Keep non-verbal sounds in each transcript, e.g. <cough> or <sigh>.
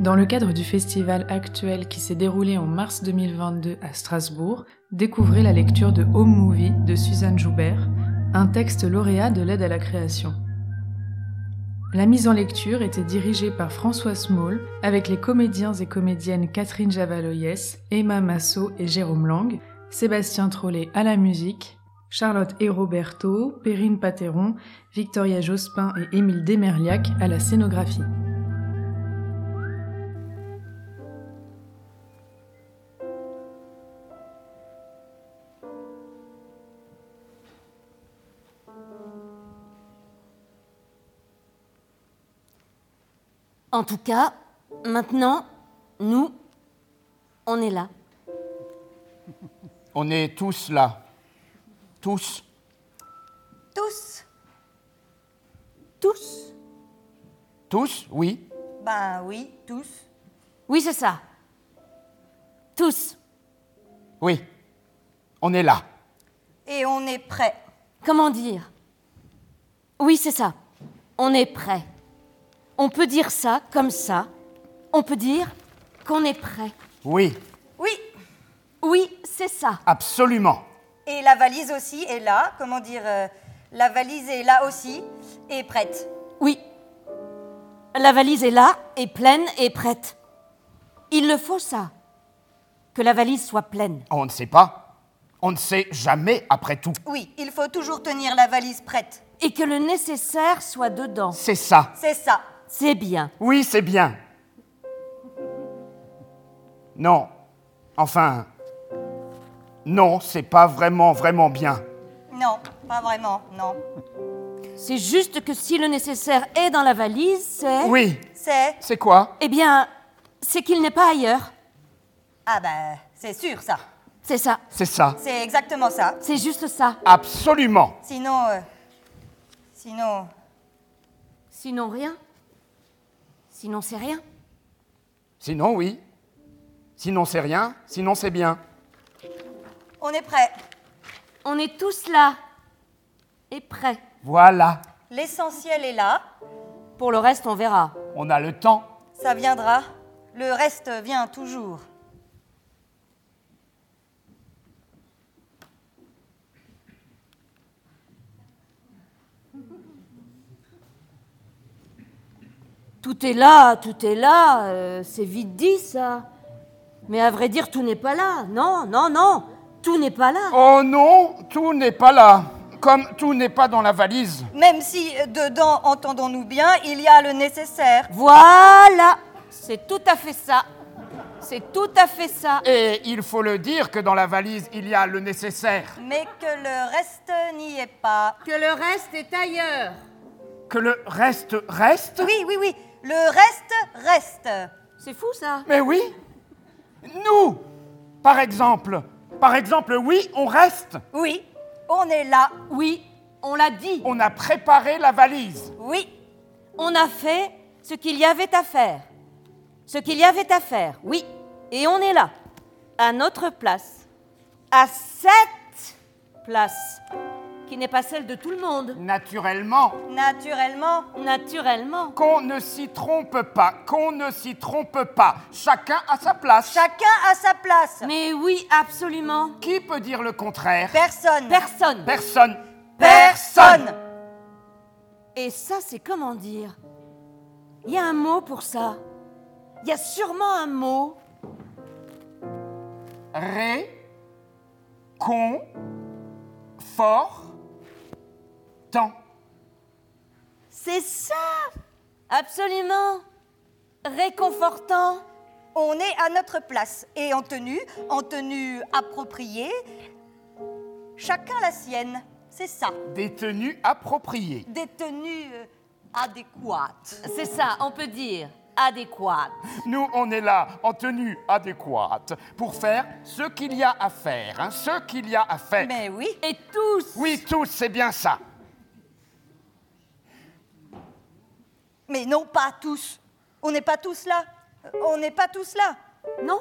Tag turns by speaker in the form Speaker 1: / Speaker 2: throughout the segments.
Speaker 1: Dans le cadre du festival actuel qui s'est déroulé en mars 2022 à Strasbourg, découvrez la lecture de Home Movie de Suzanne Joubert, un texte lauréat de l'aide à la création. La mise en lecture était dirigée par François Small avec les comédiens et comédiennes Catherine Javaloyes, Emma Massot et Jérôme Lang, Sébastien Trollet à la musique, Charlotte et Roberto, Perrine Pateron, Victoria Jospin et Émile Demerliac à la scénographie.
Speaker 2: En tout cas, maintenant, nous, on est là.
Speaker 3: On est tous là. Tous.
Speaker 4: Tous
Speaker 2: Tous
Speaker 3: Tous, oui.
Speaker 4: Ben oui, tous.
Speaker 2: Oui, c'est ça. Tous.
Speaker 3: Oui. On est là.
Speaker 4: Et on est prêt.
Speaker 2: Comment dire Oui, c'est ça. On est prêt. On peut dire ça comme ça. On peut dire qu'on est prêt.
Speaker 3: Oui,
Speaker 4: Oui.
Speaker 2: Oui, c'est ça.
Speaker 3: absolument.
Speaker 4: Et la valise aussi est là. Comment dire euh, La valise est là aussi et prête.
Speaker 2: Oui. La valise est là, est pleine et prête. Il le faut ça. Que la valise soit pleine.
Speaker 3: On ne sait pas. On ne sait jamais après tout.
Speaker 4: Oui, il faut toujours tenir la valise prête.
Speaker 2: Et que le nécessaire soit dedans.
Speaker 3: C'est ça.
Speaker 4: C'est ça.
Speaker 2: C'est bien.
Speaker 3: Oui, c'est bien. Non. Enfin. Non, c'est pas vraiment, vraiment bien.
Speaker 4: Non, pas vraiment, non.
Speaker 2: C'est juste que si le nécessaire est dans la valise, c'est...
Speaker 3: Oui.
Speaker 4: C'est.
Speaker 3: C'est quoi
Speaker 2: Eh bien, c'est qu'il n'est pas ailleurs.
Speaker 4: Ah ben, c'est sûr ça.
Speaker 2: C'est ça.
Speaker 3: C'est ça.
Speaker 4: C'est exactement ça.
Speaker 2: C'est juste ça.
Speaker 3: Absolument.
Speaker 4: Sinon. euh, sinon.
Speaker 2: Sinon rien. Sinon c'est rien.
Speaker 3: Sinon, oui. Sinon, c'est rien. Sinon, c'est bien.
Speaker 4: On est prêt.
Speaker 2: On est tous là. Et prêts.
Speaker 3: Voilà.
Speaker 4: L'essentiel est là.
Speaker 2: Pour le reste, on verra.
Speaker 3: On a le temps.
Speaker 4: Ça viendra. Le reste vient toujours.
Speaker 2: Tout est là, tout est là, euh, c'est vite dit ça. Mais à vrai dire, tout n'est pas là. Non, non, non, tout n'est pas là.
Speaker 3: Oh non, tout n'est pas là. Comme tout n'est pas dans la valise.
Speaker 4: Même si euh, dedans, entendons-nous bien, il y a le nécessaire.
Speaker 2: Voilà, c'est tout à fait ça. C'est tout à fait ça.
Speaker 3: Et il faut le dire que dans la valise, il y a le nécessaire.
Speaker 4: Mais que le reste n'y est pas.
Speaker 2: Que le reste est ailleurs.
Speaker 3: Que le reste reste
Speaker 4: Oui, oui, oui. Le reste reste.
Speaker 2: C'est fou ça.
Speaker 3: Mais oui. Nous, par exemple. Par exemple, oui, on reste.
Speaker 4: Oui, on est là.
Speaker 2: Oui, on l'a dit.
Speaker 3: On a préparé la valise.
Speaker 4: Oui,
Speaker 2: On a fait ce qu'il y avait à faire. Ce qu'il y avait à faire, oui. Et on est là, à notre place. À cette place, qui n'est pas celle de tout le monde.
Speaker 3: Naturellement.
Speaker 4: naturellement.
Speaker 2: Naturellement.
Speaker 3: Qu'on ne s'y trompe pas. Qu'on ne s'y trompe pas. Chacun à sa place.
Speaker 4: Chacun à sa place.
Speaker 2: Mais oui, absolument.
Speaker 3: Qui peut dire le contraire
Speaker 4: Personne.
Speaker 2: Personne.
Speaker 3: Personne.
Speaker 2: Et ça, c'est comment dire Il y a un mot pour ça. Il y a sûrement un mot.
Speaker 3: Ré. Con. Fort. Temps.
Speaker 2: C'est ça Absolument. Réconfortant.
Speaker 4: On est à notre place et en tenue, en tenue appropriée. Chacun la sienne. C'est ça.
Speaker 3: Des tenues appropriées.
Speaker 4: Des tenues euh, adéquates.
Speaker 2: C'est ça, on peut dire. Adéquat.
Speaker 3: Nous, on est là en tenue adéquate pour faire ce qu'il y a à faire. hein, ce qu'il y a à faire.
Speaker 4: Mais oui.
Speaker 2: Et tous.
Speaker 3: Oui, tous, c'est bien ça.
Speaker 4: Mais non, pas tous. On n'est pas tous là. Euh, On n'est pas tous là.
Speaker 2: Non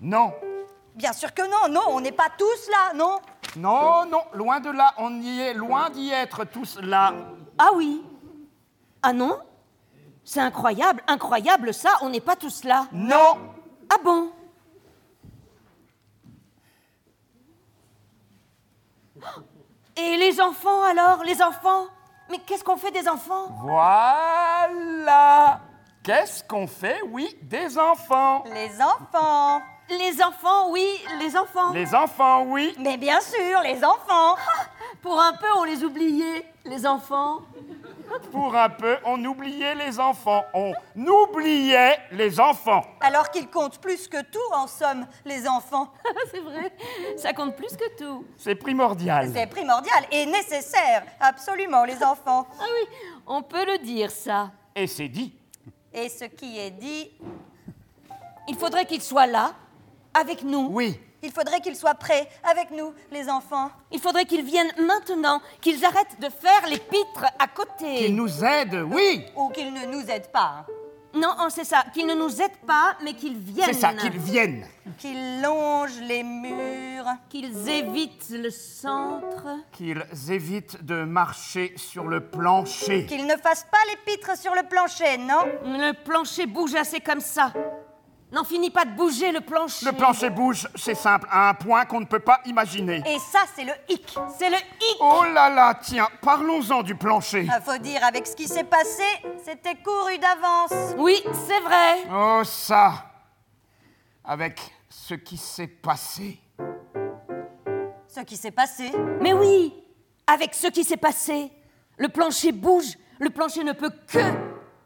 Speaker 3: Non.
Speaker 4: Bien sûr que non, non, on n'est pas tous là, non
Speaker 3: Non, non, loin de là, on y est, loin d'y être tous là.
Speaker 2: Ah oui. Ah non C'est incroyable, incroyable ça, on n'est pas tous là.
Speaker 3: Non
Speaker 2: Ah bon <gasps> Et les enfants alors Les enfants Mais qu'est-ce qu'on fait des enfants
Speaker 3: Voilà Qu'est-ce qu'on fait, oui, des enfants
Speaker 4: Les enfants.
Speaker 2: Les enfants, oui, les enfants.
Speaker 3: Les enfants, oui
Speaker 4: Mais bien sûr, les enfants.
Speaker 2: Pour un peu, on les oubliait, les enfants.
Speaker 3: Pour un peu, on oubliait les enfants. On oubliait les enfants.
Speaker 4: Alors qu'ils comptent plus que tout, en somme, les enfants.
Speaker 2: <laughs> C'est vrai, ça compte plus que tout.
Speaker 3: C'est primordial.
Speaker 4: C'est primordial et nécessaire, absolument, les enfants.
Speaker 2: Ah oui, on peut le dire ça.
Speaker 3: Et c'est dit.
Speaker 4: Et ce qui est dit,
Speaker 2: Il faudrait qu'ils soient là, avec nous.
Speaker 3: Oui.
Speaker 4: il faudrait qu'ils soient prêts avec nous, les enfants.
Speaker 2: Il faudrait qu'ils viennent maintenant, qu'ils arrêtent de faire les pitres à côté.
Speaker 3: Ils nous aident, oui.
Speaker 4: Ou qu'ils ne nous aident pas.
Speaker 2: Non, oh, c'est ça, qu'ils ne nous aident pas, mais qu'ils viennent.
Speaker 3: C'est ça, qu'ils viennent.
Speaker 4: hein. Qu'ils longent les murs.
Speaker 2: Qu'ils évitent le centre.
Speaker 3: Qu'ils évitent de marcher sur le plancher.
Speaker 4: Qu'ils ne fassent pas les pitres sur le plancher, non
Speaker 2: Le plancher bouge assez comme ça. N'en finis pas de bouger le plancher.
Speaker 3: Le plancher bouge, c'est simple, à un point qu'on ne peut pas imaginer.
Speaker 4: Et ça, c'est le hic.
Speaker 2: C'est le hic.
Speaker 3: Oh là là, tiens, parlons-en du plancher.
Speaker 4: Ah, Faut dire, avec ce qui s'est passé, c'était couru d'avance.
Speaker 2: Oui, c'est vrai.
Speaker 3: Oh ça Avec ce qui s'est passé.
Speaker 4: Ce qui s'est passé.
Speaker 2: Mais oui, avec ce qui s'est passé, le plancher bouge. Le plancher ne peut que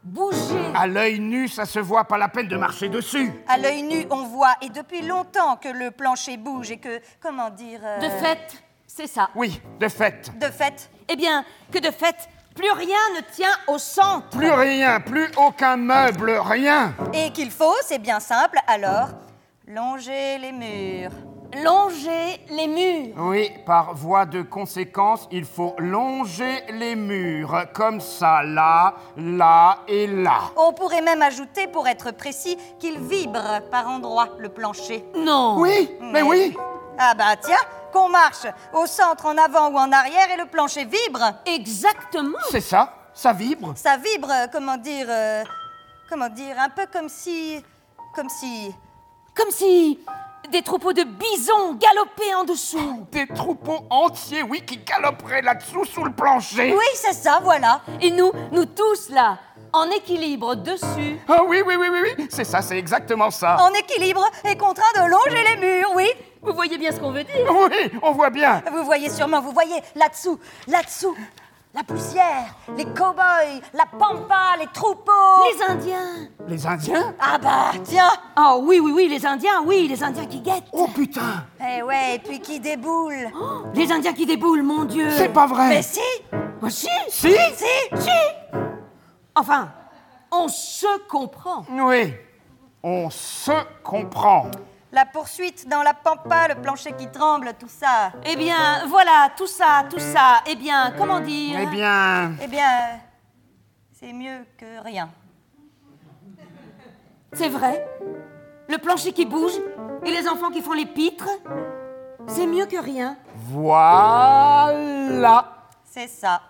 Speaker 2: bouger.
Speaker 3: À l'œil nu, ça se voit pas la peine de marcher dessus.
Speaker 4: À l'œil nu, on voit, et depuis longtemps que le plancher bouge et que, comment dire... euh,
Speaker 2: De fait, c'est ça.
Speaker 3: Oui, de fait.
Speaker 4: De fait.
Speaker 2: Eh bien, que de fait, plus rien ne tient au centre.
Speaker 3: Plus rien, plus aucun meuble, rien.
Speaker 4: Et qu'il faut, c'est bien simple, alors, longer les murs.
Speaker 2: Longer les murs.
Speaker 3: Oui, par voie de conséquence, il faut longer les murs, comme ça, là, là et là.
Speaker 4: On pourrait même ajouter, pour être précis, qu'il vibre par endroits, le plancher.
Speaker 2: Non.
Speaker 3: Oui, mais oui
Speaker 4: Ah bah tiens, qu'on marche au centre, en avant ou en arrière, et le plancher vibre.
Speaker 2: Exactement.
Speaker 3: C'est ça, ça vibre.
Speaker 4: Ça vibre, euh, comment dire, euh, comment dire, un peu comme si, comme si,
Speaker 2: Comme si des troupeaux de bisons galopaient en dessous.
Speaker 3: Des troupeaux entiers, oui, qui galoperaient là-dessous sous le plancher.
Speaker 4: oui, c'est ça, voilà.
Speaker 2: Et nous, nous tous là, en équilibre dessus.
Speaker 3: Ah oui, oui, oui, oui, oui, c'est ça, c'est exactement ça.
Speaker 4: En équilibre et contraint de longer les murs, oui.
Speaker 2: Vous voyez bien ce qu'on veut dire
Speaker 3: Oui, on voit bien.
Speaker 4: Vous voyez sûrement, vous voyez, là-dessous, là-dessous, la poussière, les cow-boys, la pampa, les troupeaux.
Speaker 2: Oh. Les Indiens.
Speaker 3: Les Indiens
Speaker 4: Ah bah tiens.
Speaker 2: Ah oui, oui, oui, les Indiens, oui, les Indiens qui guettent.
Speaker 3: Oh putain,
Speaker 4: Eh ouais, et puis qui déboule.
Speaker 2: Oh, les Indiens qui déboulent, mon Dieu.
Speaker 3: c'est pas
Speaker 4: Mais
Speaker 3: vrai.
Speaker 4: si,
Speaker 2: Oh, si,
Speaker 3: Si
Speaker 4: si.
Speaker 2: si. Enfin, on se comprend.
Speaker 3: Oui, on se comprend.
Speaker 4: La poursuite dans la pampa, le plancher qui tremble, tout ça.
Speaker 2: Eh bien, voilà, tout ça, tout ça. Eh bien, comment dire
Speaker 3: Eh bien,
Speaker 4: Eh bien, euh, c'est mieux que rien.
Speaker 2: C'est vrai. Le plancher qui bouge et les enfants qui font les pitres, c'est mieux que rien.
Speaker 3: voilà.
Speaker 4: C'est ça.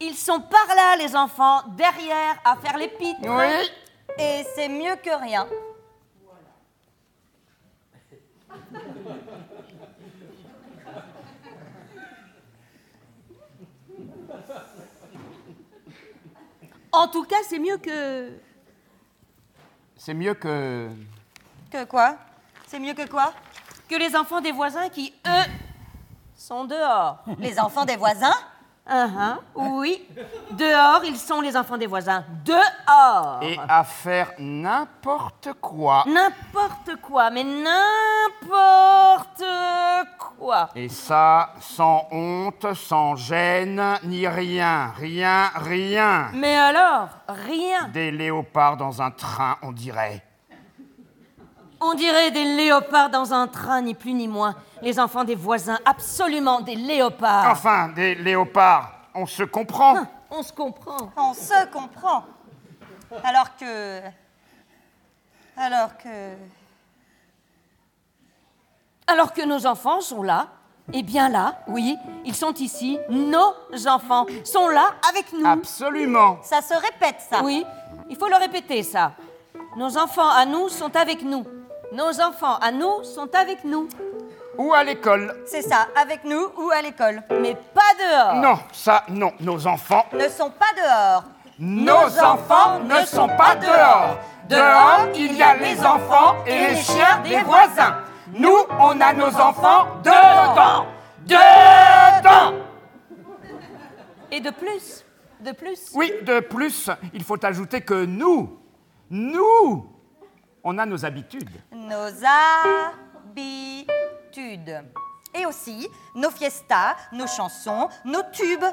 Speaker 2: Ils sont par là, les enfants, derrière, à faire les pitres.
Speaker 3: Oui,
Speaker 4: Et c'est mieux que rien.
Speaker 2: En tout cas, c'est mieux que...
Speaker 3: c'est mieux que...
Speaker 4: Que quoi C'est mieux que
Speaker 3: <laughs>
Speaker 4: quoi
Speaker 2: que les enfants des voisins qui, eux, sont dehors.
Speaker 4: Les enfants des voisins
Speaker 3: Hum.
Speaker 2: Hein, hein, oui, dehors, ils sont les enfants des voisins. Dehors
Speaker 3: Et à faire n'importe quoi.
Speaker 2: N'importe quoi, mais n'importe quoi.
Speaker 3: Et ça, sans honte, sans gêne, ni rien, rien, rien.
Speaker 2: Mais alors, rien.
Speaker 3: Des léopards dans un train, on dirait.
Speaker 2: On dirait des léopards dans un train, ni plus ni moins. Les enfants des voisins, absolument des léopards.
Speaker 3: Enfin, des léopards, on se comprend.
Speaker 2: Hein, on se comprend.
Speaker 4: On se comprend. Alors que. Alors que.
Speaker 2: Alors que nos enfants sont là, et bien là, oui, ils sont ici. Nos enfants sont là avec nous.
Speaker 3: Ah, Absolument.
Speaker 4: Ça se répète, ça.
Speaker 2: Oui, Il faut le répéter, ça. Nos enfants à nous sont avec nous. Nos enfants à nous sont avec nous.
Speaker 3: Ou à l'école.
Speaker 4: C'est ça, avec nous ou à l'école.
Speaker 2: Mais pas dehors.
Speaker 3: Non, ça, non. Nos enfants.
Speaker 4: Ne sont pas dehors.
Speaker 3: Nos enfants ne sont pas dehors. Dehors, il y a les enfants et les chiens des voisins. Nous, on a nos enfants dedans. Dedans
Speaker 2: Et de plus, de plus.
Speaker 3: Oui, de plus, il faut ajouter que nous, nous, on a nos habitudes.
Speaker 4: Nos habitudes. Et aussi nos fiestas, nos chansons, nos tubes.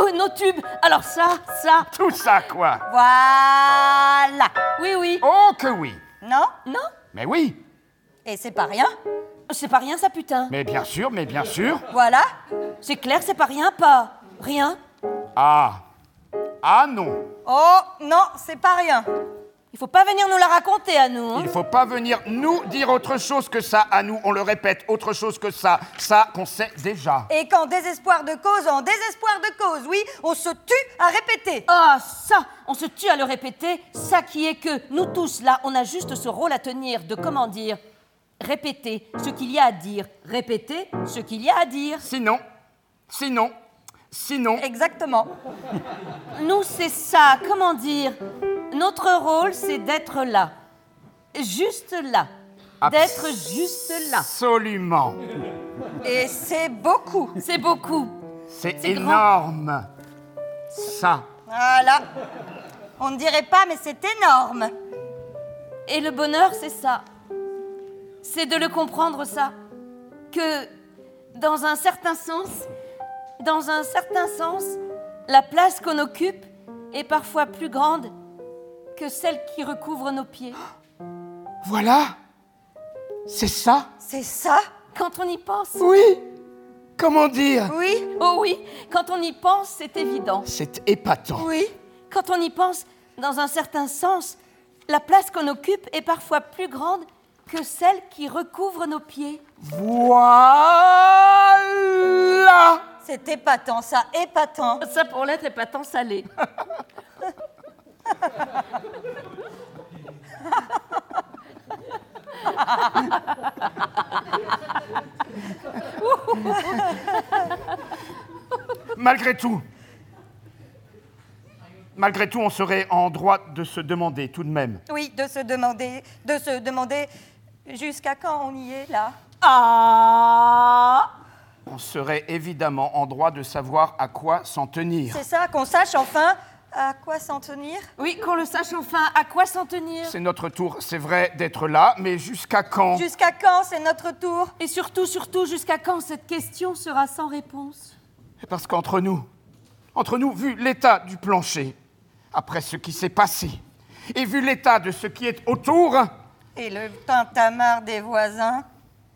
Speaker 2: Oh, nos tubes. Alors ça, ça.
Speaker 3: Tout ça, quoi.
Speaker 4: Voilà.
Speaker 2: Oui, oui.
Speaker 3: Oh que oui.
Speaker 4: Non
Speaker 2: Non
Speaker 3: Mais oui.
Speaker 4: Et c'est pas rien.
Speaker 2: C'est pas rien, ça, putain.
Speaker 3: Mais bien sûr, mais bien sûr.
Speaker 4: Voilà.
Speaker 2: C'est clair, c'est pas rien, pas. Rien.
Speaker 3: Ah. Ah non.
Speaker 4: Oh non, c'est pas rien.
Speaker 2: Il faut pas venir nous la raconter à nous. hein.
Speaker 3: Il faut pas venir nous dire autre chose que ça à nous. On le répète, autre chose que ça. Ça qu'on sait déjà.
Speaker 4: Et qu'en désespoir de cause, en désespoir de cause, oui, on se tue à répéter.
Speaker 2: Ah, ça, on se tue à le répéter. Ça qui est que nous tous là, on a juste ce rôle à tenir de comment dire Répéter ce qu'il y a à dire. Répéter ce qu'il y a à dire.
Speaker 3: Sinon, sinon, sinon.
Speaker 4: Exactement.
Speaker 2: Nous, c'est ça, comment dire Notre rôle, c'est d'être là. Juste là. D'être juste là.
Speaker 3: Ah, Absolument.
Speaker 4: Et c'est beaucoup.
Speaker 2: C'est beaucoup.
Speaker 3: C'est
Speaker 2: C'est grand.
Speaker 3: énorme. Ça.
Speaker 4: Voilà. On ne dirait pas, mais c'est énorme.
Speaker 2: Et le bonheur, c'est ça. C'est de le comprendre, ça. Que, dans un certain sens, dans un certain sens, la place qu'on occupe est parfois plus grande que celle qui recouvre nos pieds.
Speaker 3: Voilà. C'est ça.
Speaker 4: C'est ça
Speaker 2: Quand on y pense,
Speaker 3: Oui. Comment dire
Speaker 4: Oui,
Speaker 2: oh oui, quand on y pense, c'est évident.
Speaker 3: C'est épatant.
Speaker 4: oui.
Speaker 2: Quand on y pense, dans un certain sens, la place qu'on occupe est parfois plus grande que celle qui recouvre nos pieds.
Speaker 3: Voilà.
Speaker 4: C'est épatant, ça, épatant.
Speaker 2: Ça pour l'être est pas tant salé.
Speaker 3: Malgré tout, malgré tout, on serait en droit de se demander tout de même.
Speaker 4: Oui, de se demander, de se demander jusqu'à quand on y est là.
Speaker 2: Ah
Speaker 3: On serait évidemment en droit de savoir à quoi s'en tenir.
Speaker 4: C'est ça, qu'on sache enfin à quoi s'en tenir.
Speaker 2: Oui, qu'on le sache enfin, à quoi s'en tenir
Speaker 3: C'est notre tour, c'est vrai, d'être là, mais jusqu'à quand
Speaker 4: Jusqu'à quand c'est notre tour
Speaker 2: Et surtout, surtout, jusqu'à quand cette question sera sans réponse
Speaker 3: Parce qu'entre nous, entre nous, vu l'état du plancher, après ce qui s'est passé, et vu l'état de ce qui est autour,
Speaker 4: Et le tintamarre des voisins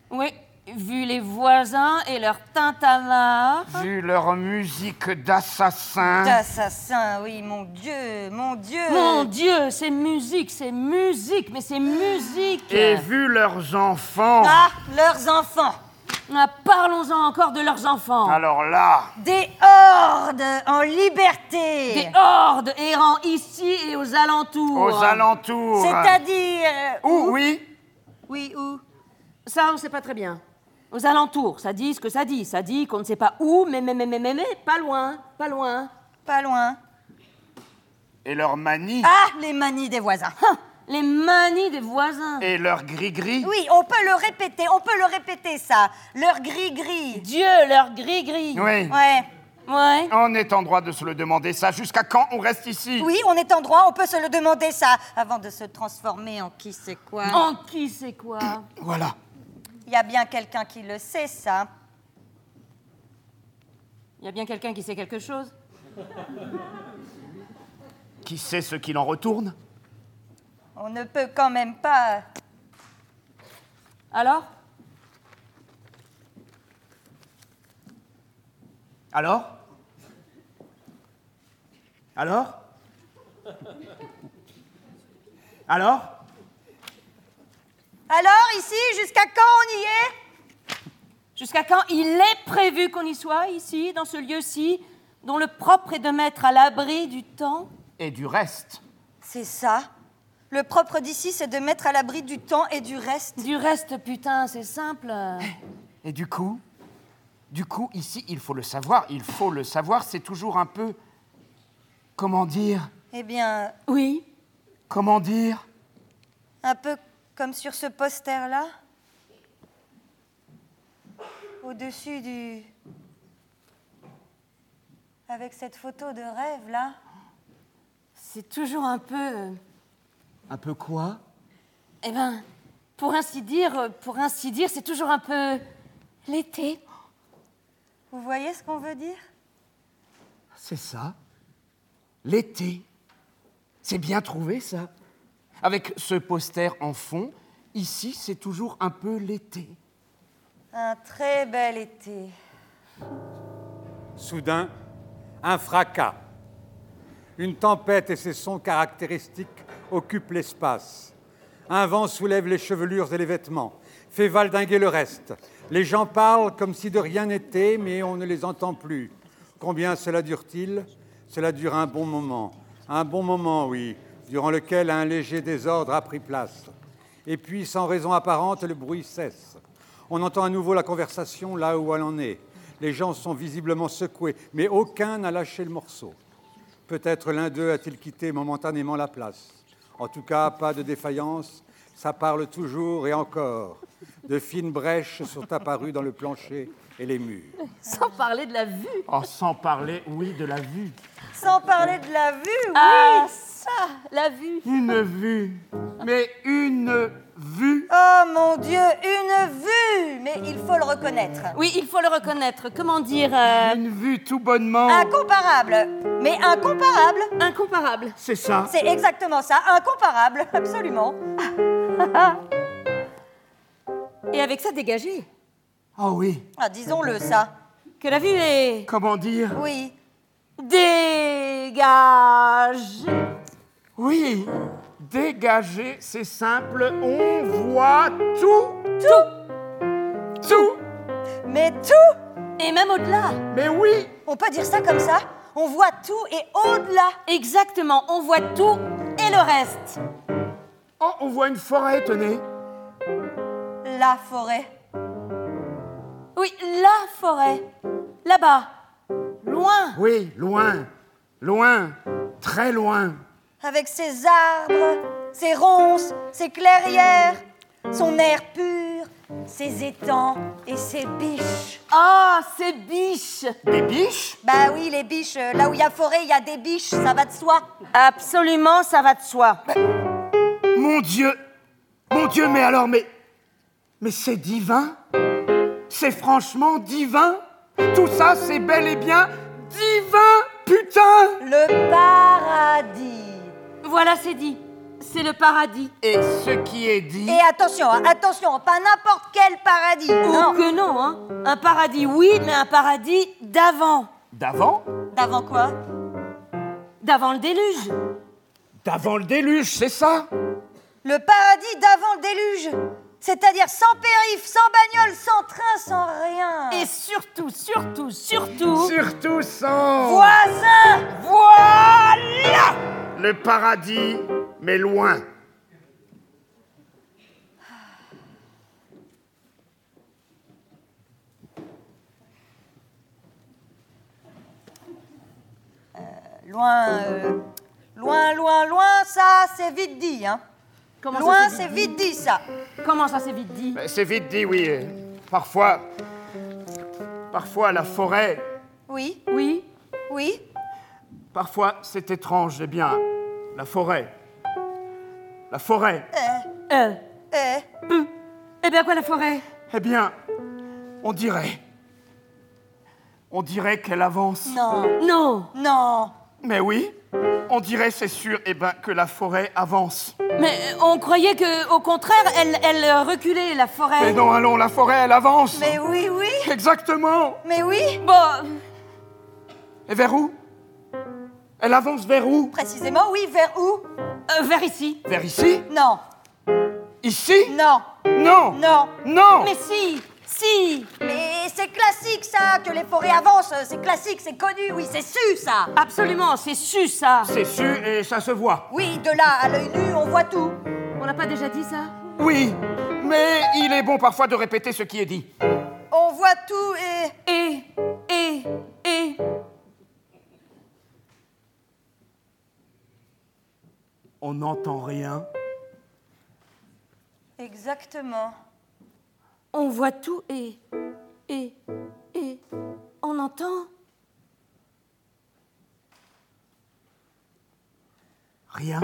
Speaker 2: Oui, vu les voisins et leur tintamarre.
Speaker 4: Hein?
Speaker 3: vu leur musique d'assassin,
Speaker 4: D'assassin, oui, mon Dieu, mon Dieu
Speaker 2: Hein. Mon Dieu, c'est musique, c'est musique, mais c'est musique
Speaker 3: et vu leurs enfants,
Speaker 4: Ah, leurs enfants
Speaker 2: Ah, Parlons-en encore de leurs enfants.
Speaker 3: alors là,
Speaker 4: Des hordes en liberté
Speaker 2: Des hordes errant ici et aux alentours.
Speaker 3: aux alentours.
Speaker 4: C'est-à-dire...
Speaker 3: Où, oui
Speaker 4: Oui, où
Speaker 2: Ça, on sait pas très bien. Aux alentours, ça dit ce que ça dit. Ça dit qu'on ne sait pas où, mais, mais, mais, mais, mais, mais, pas loin, pas loin.
Speaker 4: Pas loin.
Speaker 3: Et leur manie
Speaker 4: Ah, les manies des voisins Hein.
Speaker 2: Ah, les manies des voisins.
Speaker 3: Et leur gris-gris
Speaker 4: Oui, on peut le répéter, on peut le répéter, ça Leur gris-gris
Speaker 2: Dieu, leur gris-gris.
Speaker 3: Oui.
Speaker 4: Ouais
Speaker 2: Ouais.
Speaker 3: On est en droit de se le demander, ça. Jusqu'à quand on reste ici
Speaker 4: oui, on est en droit, on peut se le demander ça, avant de se transformer en qui sait quoi.
Speaker 2: En qui c'est quoi
Speaker 3: Voilà.
Speaker 4: Il y a bien quelqu'un qui le sait, ça.
Speaker 2: Il y a bien quelqu'un qui sait quelque chose
Speaker 3: Qui sait ce qu'il en retourne
Speaker 4: On ne peut quand même pas.
Speaker 2: Alors
Speaker 3: Alors Alors Alors
Speaker 4: Alors, ici, jusqu'à quand on y est
Speaker 2: Jusqu'à quand il est prévu qu'on y soit, ici, dans ce lieu-ci, dont le propre est de mettre à l'abri du temps
Speaker 3: Et du reste
Speaker 4: C'est ça. Le propre d'ici, c'est de mettre à l'abri du temps et du reste.
Speaker 2: Du reste, putain, c'est simple.
Speaker 3: Et du coup Du coup, ici, il faut le savoir, il faut le savoir, c'est toujours un peu. Comment dire
Speaker 4: Eh bien,
Speaker 2: <laughs> Oui.
Speaker 3: Comment dire
Speaker 4: un peu comme sur ce poster-là. Au-dessus du. Avec cette photo de rêve, là.
Speaker 2: C'est toujours un peu. euh,
Speaker 3: Un peu quoi
Speaker 2: Eh ben, pour ainsi dire, euh, pour ainsi dire, c'est toujours un peu. l'été.
Speaker 4: Vous voyez ce qu'on veut dire
Speaker 3: C'est ça. L'été. C'est bien trouvé, ça. Avec ce poster en fond, ici, c'est toujours un peu l'été.
Speaker 4: Un très bel été.
Speaker 5: Soudain, un fracas. Une tempête et ses sons caractéristiques occupent l'espace. Un vent soulève les chevelures et les vêtements, fait valdinguer le reste. Les gens parlent comme si de rien n'était, mais on ne les entend plus. Combien cela dure-t-il Cela dure un bon moment. Un bon moment, oui, durant lequel un léger désordre a pris place. Et puis, sans raison apparente, le bruit cesse. On entend à nouveau la conversation là où elle en est. Les gens sont visiblement secoués, mais aucun n'a lâché le morceau. Peut-être l'un d'eux a-t-il quitté momentanément la place. En tout cas, pas de défaillance, ça parle toujours et encore. De fines brèches sont apparues dans le plancher et les murs.
Speaker 2: Sans parler de la vue.
Speaker 3: Oh, sans parler, oui, de la vue.
Speaker 4: Sans parler de la vue, oui
Speaker 2: Ah, ça, la vue.
Speaker 3: Une vue. Mais une vue.
Speaker 4: Oh mon Dieu, une vue Mais il faut le reconnaître.
Speaker 2: Oui, il faut le reconnaître. Comment dire euh,
Speaker 3: Une vue tout bonnement.
Speaker 4: Incomparable. Mais incomparable
Speaker 2: Incomparable.
Speaker 3: C'est ça.
Speaker 4: C'est exactement ça, incomparable, <laughs> absolument.
Speaker 2: Et avec ça dégagé.
Speaker 3: Oh oui.
Speaker 4: Ah, disons-le ça.
Speaker 2: Que la vue est
Speaker 3: Comment dire
Speaker 4: Oui.
Speaker 2: dégagée.
Speaker 3: Oui. Dégager, c'est simple. On voit tout.
Speaker 4: Tout
Speaker 3: Tout.
Speaker 4: Mais tout
Speaker 2: Et même au-delà.
Speaker 3: Mais oui.
Speaker 4: On peut dire ça comme ça On voit tout et au-delà.
Speaker 2: Exactement, on voit tout et le reste.
Speaker 3: Oh, on voit une forêt, tenez.
Speaker 4: La forêt.
Speaker 2: Oui, la forêt. Là-bas. Loin.
Speaker 3: Oui, loin. Loin. Très loin.
Speaker 4: Avec ses arbres, ses ronces, ses clairières, son air pur, ses étangs et ses biches.
Speaker 2: Ah, ces biches.
Speaker 3: Des biches
Speaker 4: Bah oui, les biches, euh, là où il y a forêt, il y a des biches, ça va de soi.
Speaker 2: Absolument, ça va de soi.
Speaker 3: Mon Dieu Mon Dieu, mais alors, mais. Mais c'est divin C'est franchement divin Tout ça, c'est bel et bien divin Putain
Speaker 4: Le paradis.
Speaker 2: Voilà, c'est dit. C'est le paradis.
Speaker 3: Et ce qui est dit.
Speaker 4: Et attention, hein, attention, pas n'importe quel paradis.
Speaker 2: Ou
Speaker 4: Non.
Speaker 2: que non, hein. Un paradis, oui, mais un paradis d'avant.
Speaker 3: D'avant
Speaker 4: D'avant quoi
Speaker 2: D'avant le déluge.
Speaker 3: D'avant le déluge, c'est ça
Speaker 4: Le paradis d'avant le déluge. C'est-à-dire sans périph', sans bagnole, sans train, sans rien.
Speaker 2: Et surtout, surtout, surtout.
Speaker 3: Surtout sans.
Speaker 4: voisin
Speaker 3: Voilà Le paradis, mais loin.
Speaker 4: Loin, euh, loin, loin, loin, ça c'est vite dit. Hein.
Speaker 2: Comment ça
Speaker 4: Loin, c'est
Speaker 2: s'est dit
Speaker 4: vite dit ça.
Speaker 2: Comment ça s'est vite dit
Speaker 3: C'est vite dit, oui. euh, Parfois. Parfois, la forêt.
Speaker 4: Oui,
Speaker 2: Oui.
Speaker 4: oui.
Speaker 3: Parfois, c'est étrange, eh bien, la forêt. La forêt,
Speaker 2: Euh.
Speaker 4: Eh,
Speaker 2: Eh bien, quoi, la forêt
Speaker 3: eh bien, on dirait. On dirait qu'elle avance.
Speaker 4: non,
Speaker 2: Non.
Speaker 4: non.
Speaker 3: Mais oui, on dirait, c'est sûr, eh bien, que la forêt avance.
Speaker 2: Mais euh, on croyait que, au contraire, elle, elle euh, reculait, la
Speaker 3: Mais
Speaker 2: forêt.
Speaker 3: non, allons, la forêt, elle avance.
Speaker 4: Mais oui, oui,
Speaker 3: Exactement.
Speaker 4: mais oui.
Speaker 2: Bon, euh,
Speaker 3: Et vers où Elle avance vers où
Speaker 4: Précisément, oui, vers où
Speaker 2: euh, vers ici.
Speaker 3: Vers ici
Speaker 4: Non,
Speaker 3: Ici
Speaker 4: non,
Speaker 3: Non
Speaker 4: non.
Speaker 3: Non
Speaker 2: Mais si Si
Speaker 4: Mais c'est classique ça, que les forêts avancent, c'est classique, c'est connu, oui, c'est su ça.
Speaker 2: Absolument, c'est su ça
Speaker 3: C'est su et ça se voit.
Speaker 4: Oui, de là à l'œil nu, on voit tout.
Speaker 2: On l'a pas déjà dit ça
Speaker 3: Oui, mais il est bon parfois de répéter ce qui est dit.
Speaker 4: On voit tout et...
Speaker 2: Et, et, et.
Speaker 3: On n'entend rien.
Speaker 4: Exactement.
Speaker 2: On voit tout et, et, et. On entend
Speaker 3: Rien.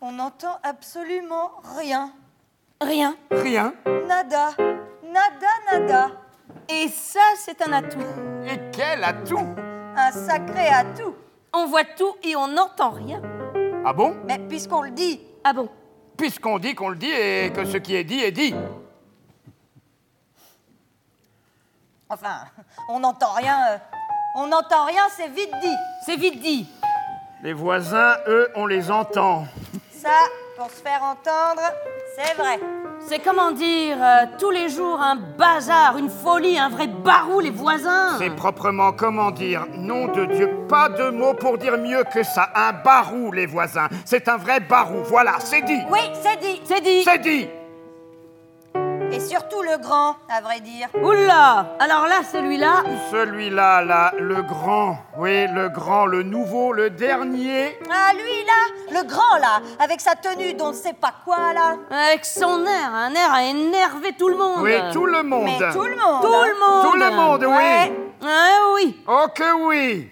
Speaker 4: On n'entend absolument rien.
Speaker 2: rien.
Speaker 3: Rien.
Speaker 4: Nada. Nada, nada.
Speaker 2: Et ça, c'est un atout.
Speaker 3: Et quel atout
Speaker 4: Un sacré atout.
Speaker 2: On voit tout et on n'entend rien.
Speaker 3: Ah bon
Speaker 4: Mais puisqu'on le dit,
Speaker 2: Ah bon
Speaker 3: Puisqu'on dit qu'on le dit et que ce qui est dit est dit.
Speaker 4: enfin, <laughs> on n'entend rien. euh, on n'entend rien, c'est vite dit.
Speaker 2: C'est vite dit.
Speaker 3: Les voisins, eux, on les entend.
Speaker 4: Ça, pour se faire entendre, c'est vrai.
Speaker 2: C'est comment dire, euh, tous les jours un bazar, une folie, un vrai barou, les voisins.
Speaker 3: C'est proprement comment dire, nom de Dieu, pas de mots pour dire mieux que ça. Un barou, les voisins. C'est un vrai barou, voilà, c'est dit.
Speaker 4: Oui, c'est dit.
Speaker 2: C'est dit.
Speaker 3: C'est dit.
Speaker 4: Et surtout le grand, à vrai dire.
Speaker 2: Oula Alors là, celui-là,
Speaker 3: Celui-là, là, le grand, oui, le grand, le nouveau, le dernier.
Speaker 4: Ah, lui là, le grand là, avec sa tenue d'on ne sait pas quoi là.
Speaker 2: avec son air, un air à énerver tout le monde.
Speaker 3: Oui, tout le monde.
Speaker 4: Mais tout le monde.
Speaker 2: Tout le monde.
Speaker 3: Tout le monde,
Speaker 4: Ouais.
Speaker 3: oui.
Speaker 2: Ah oui.
Speaker 3: Oh que oui.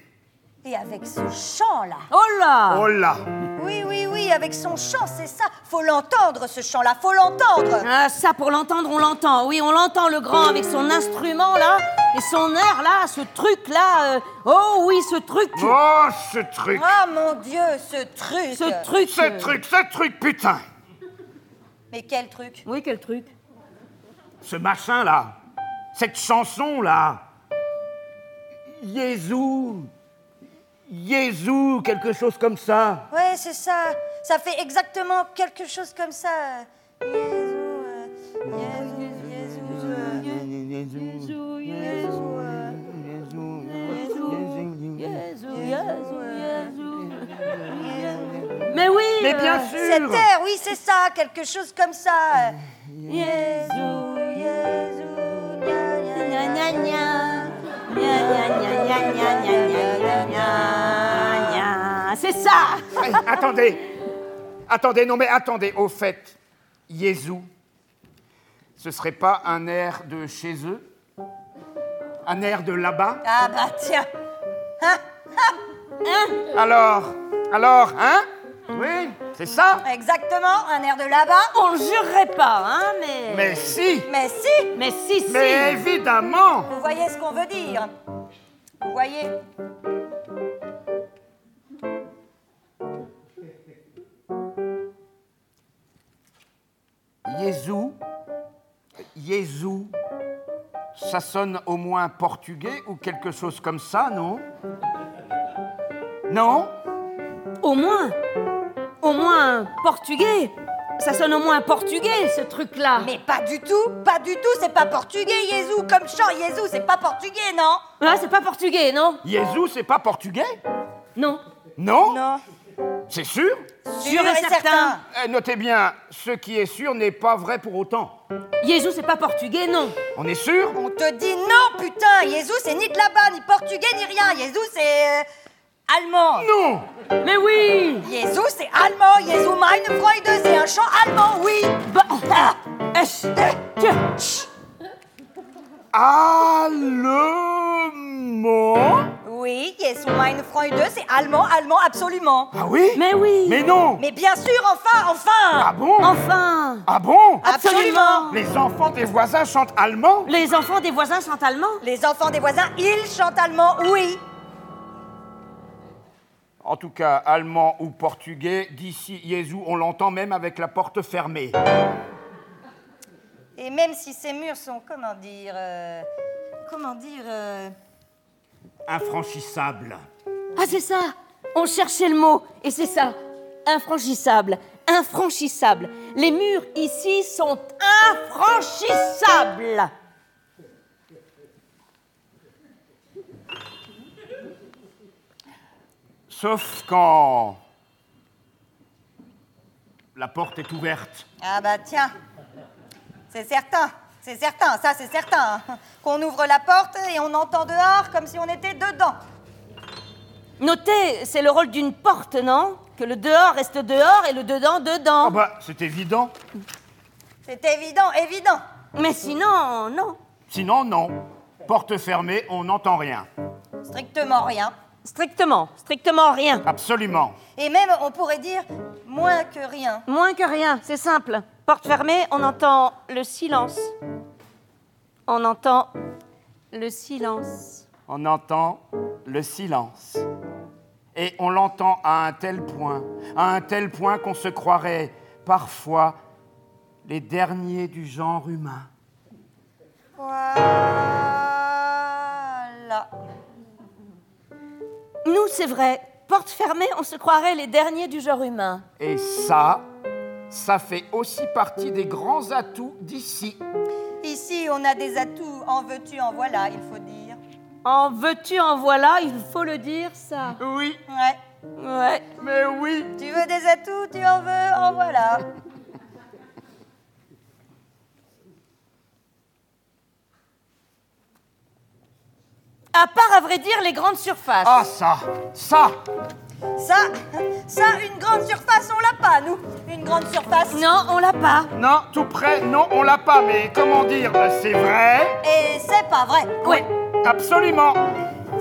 Speaker 4: Et avec ce chant là.
Speaker 2: Oh
Speaker 4: Ah.
Speaker 2: là
Speaker 3: Oh là.
Speaker 4: Oui, oui, oui, avec son chant, c'est ça. Faut l'entendre ce chant là, faut l'entendre.
Speaker 2: Ah, ça, pour l'entendre, on l'entend. Oui, on l'entend, le grand, avec son instrument, là, et son air, là, ce truc-là. euh, Oh oui, ce truc.
Speaker 3: Oh ce truc.
Speaker 4: Ah mon Dieu, ce truc.
Speaker 2: Ce truc.
Speaker 3: Ce
Speaker 2: euh,
Speaker 3: truc, ce truc, putain.
Speaker 4: Mais quel truc
Speaker 2: Oui, quel truc
Speaker 3: Ce machin là. Cette chanson là. Jésus. Jésus, quelque chose comme ça.
Speaker 4: Ouais, c'est ça. Ça fait exactement quelque chose comme ça. euh, Jésus, euh, Jésus, Jésus, euh,
Speaker 2: Mais oui
Speaker 3: Mais bien
Speaker 2: euh,
Speaker 3: sûr.
Speaker 4: Cette terre, oui, c'est ça, quelque chose comme ça. euh.
Speaker 2: Gna, gna, gna. Gna, gna, gna, gna, gna, gna, gna, gna, gna. Ah, C'est ça
Speaker 3: Hey, attendez. Attendez, non mais attendez. Au fait, Jésus, ce serait pas un air de chez eux Un air de là-bas
Speaker 4: Ah bah tiens. Hein
Speaker 3: Alors, alors, hein Oui, c'est ça
Speaker 4: Exactement, un air de là-bas.
Speaker 2: On le jurerait pas, hein, mais...
Speaker 3: Mais si
Speaker 4: Mais si,
Speaker 2: Mais si, si
Speaker 3: Mais évidemment
Speaker 4: vous voyez ce qu'on veut dire. Vous voyez
Speaker 3: Jésus, Jésus, ça sonne au moins portugais ou quelque chose comme ça, non Non
Speaker 2: Au moins Au moins portugais Ça sonne au moins portugais, ce truc-là
Speaker 4: Mais pas du tout, pas du tout, c'est pas portugais, Jésus. Comme chant, Jésus, c'est pas portugais, non
Speaker 2: Ah, c'est pas portugais, non
Speaker 3: Jésus, c'est pas portugais
Speaker 2: Non.
Speaker 3: Non,
Speaker 4: Non.
Speaker 3: C'est sûr
Speaker 2: Sûr et certain.
Speaker 3: Eh, Notez bien, ce qui est sûr n'est pas vrai pour autant.
Speaker 2: Jésus, c'est pas portugais, non.
Speaker 3: On est sûr
Speaker 4: On te dit non, putain Jésus, c'est ni de là-bas, ni portugais, ni rien. Jésus, c'est... euh, allemand.
Speaker 3: Non
Speaker 2: Mais oui
Speaker 4: Jésus, c'est allemand. Jésus, meine Freude, c'est un chant allemand, oui.
Speaker 2: Bah, ah, esch, tiens, chut.
Speaker 3: Ah, Allemand
Speaker 4: Oui, Jésus, meine Freude, c'est allemand, allemand, absolument.
Speaker 3: Ah oui
Speaker 2: Mais oui
Speaker 3: Mais non
Speaker 4: Mais bien sûr, enfin,
Speaker 3: Ah
Speaker 4: enfin
Speaker 3: bon
Speaker 2: Enfin
Speaker 3: Ah bon
Speaker 4: Absolument.
Speaker 3: Les enfants des voisins chantent allemand
Speaker 2: Les enfants des voisins sont allemands
Speaker 4: Les enfants des voisins, ils chantent allemand, oui.
Speaker 3: En tout cas, allemand ou portugais, d'ici Jésus, on l'entend même avec la porte fermée.
Speaker 4: Et même si ces murs sont, comment dire, euh, comment dire, euh,
Speaker 3: Infranchissable.
Speaker 2: Ah, c'est ça On cherchait le mot, et c'est ça Infranchissable Infranchissable Les murs ici sont infranchissables
Speaker 3: Sauf quand. La porte est ouverte.
Speaker 4: Ah bah tiens, c'est certain, c'est certain, ça c'est certain. hein. Qu'on ouvre la porte et on entend dehors comme si on était dedans.
Speaker 2: Notez, c'est le rôle d'une porte, non Que le dehors reste dehors et le dedans dedans.
Speaker 3: Ah bah, c'est évident.
Speaker 4: C'est évident, évident.
Speaker 2: Mais sinon, non.
Speaker 3: Sinon, non. Porte fermée, on n'entend rien.
Speaker 4: Strictement rien.
Speaker 2: Strictement, strictement rien.
Speaker 3: Absolument.
Speaker 4: Et même, on pourrait dire moins que rien.
Speaker 2: Moins que rien, c'est simple. Porte fermée, on entend le silence. On entend le silence.
Speaker 3: On entend le silence. Et on l'entend à un tel point, à un tel point qu'on se croirait parfois les derniers du genre humain.
Speaker 4: Voilà.
Speaker 2: Nous, c'est vrai, porte fermée, on se croirait les derniers du genre humain.
Speaker 3: Et ça, ça fait aussi partie des grands atouts d'ici.
Speaker 4: Ici, on a des atouts, en veux-tu, en voilà, il faut dire.
Speaker 2: En veux-tu, en voilà, il faut le dire, ça.
Speaker 3: Oui,
Speaker 4: Ouais.
Speaker 2: Ouais.
Speaker 3: mais oui.
Speaker 4: Tu veux des atouts, tu en veux, en voilà.
Speaker 2: À part, à vrai dire, les grandes surfaces.
Speaker 3: Ah ça, ça,
Speaker 4: Ça, ça, une grande surface, on l'a pas, nous. Une grande surface.
Speaker 2: Non, on l'a pas.
Speaker 3: non, tout près, non, on l'a pas, mais comment dire, euh, c'est vrai,
Speaker 4: Et c'est pas vrai.
Speaker 2: Ouais.
Speaker 3: absolument.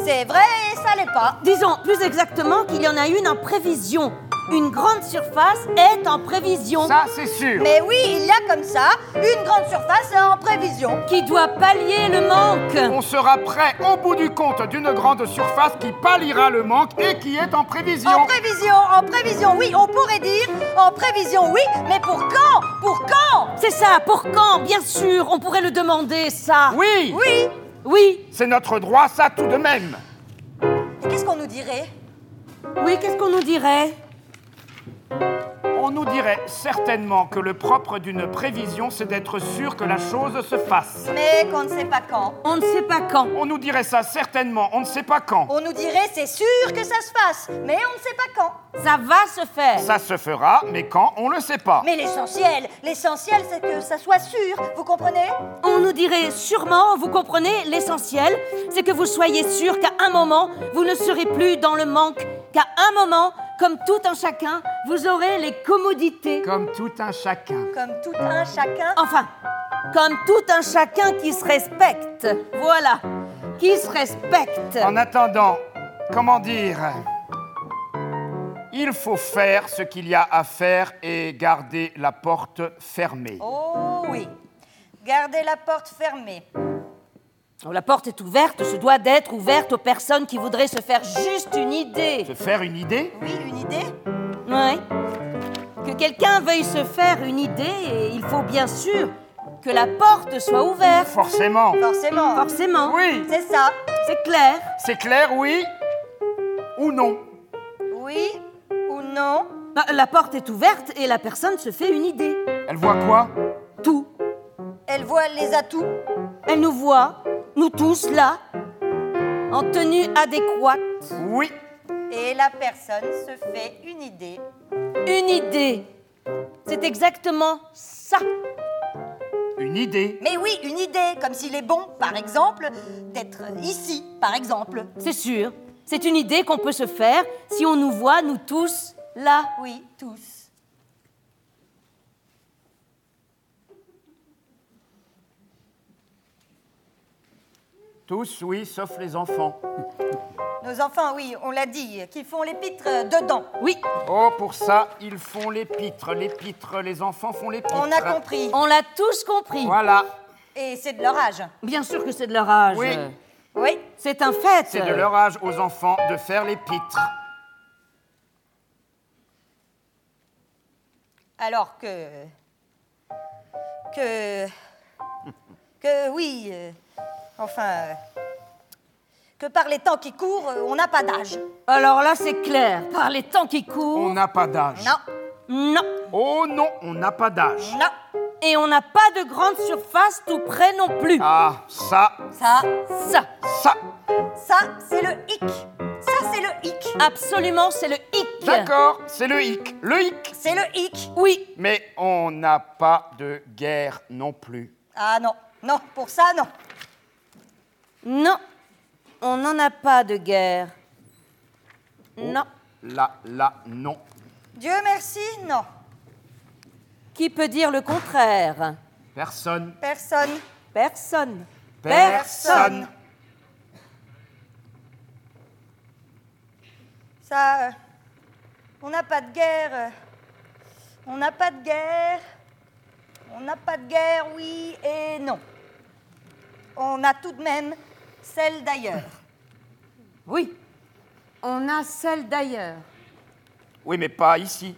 Speaker 4: C'est vrai et ça l'est pas.
Speaker 2: Disons plus exactement qu'il y en a une en prévision. Une grande surface est en prévision.
Speaker 3: Ça, c'est sûr.
Speaker 4: Mais oui, il y a comme ça une grande surface en prévision.
Speaker 2: Qui doit pallier le manque.
Speaker 3: On sera prêt au bout du compte d'une grande surface qui palliera le manque et qui est en
Speaker 4: En
Speaker 3: prévision.
Speaker 4: prévision, en prévision, oui, on pourrait dire oh, en prévision, oui, mais pour quand Pour quand
Speaker 2: C'est ça, pour quand Bien sûr, on pourrait le demander, ça.
Speaker 3: Oui,
Speaker 4: Oui.
Speaker 2: Oui,
Speaker 3: c'est notre droit, ça tout de même.
Speaker 4: Et Qu'est-ce qu'on nous dirait
Speaker 2: oui, qu'est-ce qu'on nous dirait
Speaker 3: On nous dirait certainement que le propre d'une prévision, c'est d'être sûr que la chose se fasse.
Speaker 4: Mais qu'on ne sait pas quand.
Speaker 2: On ne sait pas quand.
Speaker 3: On nous dirait ça certainement, on ne sait pas quand.
Speaker 4: On nous dirait c'est sûr que ça se fasse, mais on ne sait pas quand.
Speaker 2: Ça va se faire.
Speaker 3: Ça se fera, mais quand, on le sait pas.
Speaker 4: Mais l'essentiel, l'essentiel c'est que ça soit sûr, vous comprenez
Speaker 2: On nous dirait sûrement, vous comprenez, l'essentiel, c'est que vous soyez sûr qu'à un moment, vous ne serez plus dans le manque. Qu'à un moment, comme tout un chacun, vous aurez les commodités.
Speaker 3: Comme tout un chacun.
Speaker 4: Comme tout un chacun.
Speaker 2: Enfin, comme tout un chacun qui se respecte. Voilà, qui se respecte.
Speaker 3: En attendant, comment dire Il faut faire ce qu'il y a à faire et garder la porte fermée.
Speaker 4: Oh oui. Gardez la porte fermée.
Speaker 2: Oh, La porte est ouverte, se doit d'être ouverte aux personnes qui voudraient se faire juste une idée.
Speaker 3: Se faire une idée
Speaker 4: Oui, une idée
Speaker 2: Ouais. Que quelqu'un veuille se faire une idée, et il faut bien sûr que la porte soit ouverte.
Speaker 3: Forcément.
Speaker 4: Forcément.
Speaker 2: Forcément.
Speaker 3: Oui,
Speaker 4: C'est ça.
Speaker 2: C'est clair.
Speaker 3: c'est clair, oui ou non.
Speaker 4: Oui ou non
Speaker 2: Bah, La porte est ouverte et la personne se fait une idée.
Speaker 3: Elle voit quoi
Speaker 2: Tout.
Speaker 4: Elle voit les atouts.
Speaker 2: Elle nous voit, nous tous là, en tenue adéquate.
Speaker 3: Oui.
Speaker 4: Et la personne se fait une idée.
Speaker 2: Une idée. C'est exactement ça.
Speaker 3: Une idée.
Speaker 4: Mais oui, une idée, comme s'il est bon, par exemple, d'être ici, par exemple.
Speaker 2: C'est sûr. C'est une idée qu'on peut se faire si on nous voit, nous tous, là.
Speaker 4: Oui, tous.
Speaker 3: Tous, oui, sauf les enfants.
Speaker 4: Nos enfants, oui, on l'a dit, qui font les pitres euh, dedans.
Speaker 2: Oui,
Speaker 3: Oh, pour ça, ils font les pitres. Les pitres, les enfants font les pitres.
Speaker 4: On a compris.
Speaker 2: on l'a tous compris.
Speaker 3: Voilà,
Speaker 4: Et c'est de leur âge.
Speaker 2: Bien sûr que c'est de leur âge.
Speaker 3: Oui.
Speaker 4: Oui.
Speaker 2: C'est un fait.
Speaker 3: c'est de leur âge aux enfants de faire les pitres.
Speaker 4: Alors que. Que. Que oui. euh, enfin. euh, que par les temps qui courent, euh, on n'a pas d'âge.
Speaker 2: Alors là, c'est clair. Par les temps qui
Speaker 3: On
Speaker 2: courent.
Speaker 3: n'a pas d'âge.
Speaker 4: Non,
Speaker 2: Non.
Speaker 3: Oh non, on n'a pas d'âge.
Speaker 4: non.
Speaker 2: Et on n'a pas de grande surface tout près non plus.
Speaker 3: Ah, ça,
Speaker 4: Ça,
Speaker 2: Ça.
Speaker 3: ça.
Speaker 4: ça, c'est le hic. Ça, c'est le hic.
Speaker 2: Absolument, c'est le hic.
Speaker 3: D'accord, c'est le hic. Le hic.
Speaker 4: C'est le hic.
Speaker 2: Oui,
Speaker 3: Mais on n'a pas de guerre non plus.
Speaker 4: Ah non, non, pour ça, non.
Speaker 2: non, on n'en a pas de guerre.
Speaker 3: Oh.
Speaker 2: Non.
Speaker 3: Là, là, non.
Speaker 4: Dieu merci, non.
Speaker 2: Qui peut dire le contraire
Speaker 3: Personne.
Speaker 4: Personne.
Speaker 2: Personne.
Speaker 3: Personne.
Speaker 4: Ça, euh, on n'a pas de guerre. euh, On n'a pas de guerre. On n'a pas de guerre, oui et non. On a tout de même celle d'ailleurs.
Speaker 6: Oui, on a celle d'ailleurs.
Speaker 3: Oui, mais pas ici.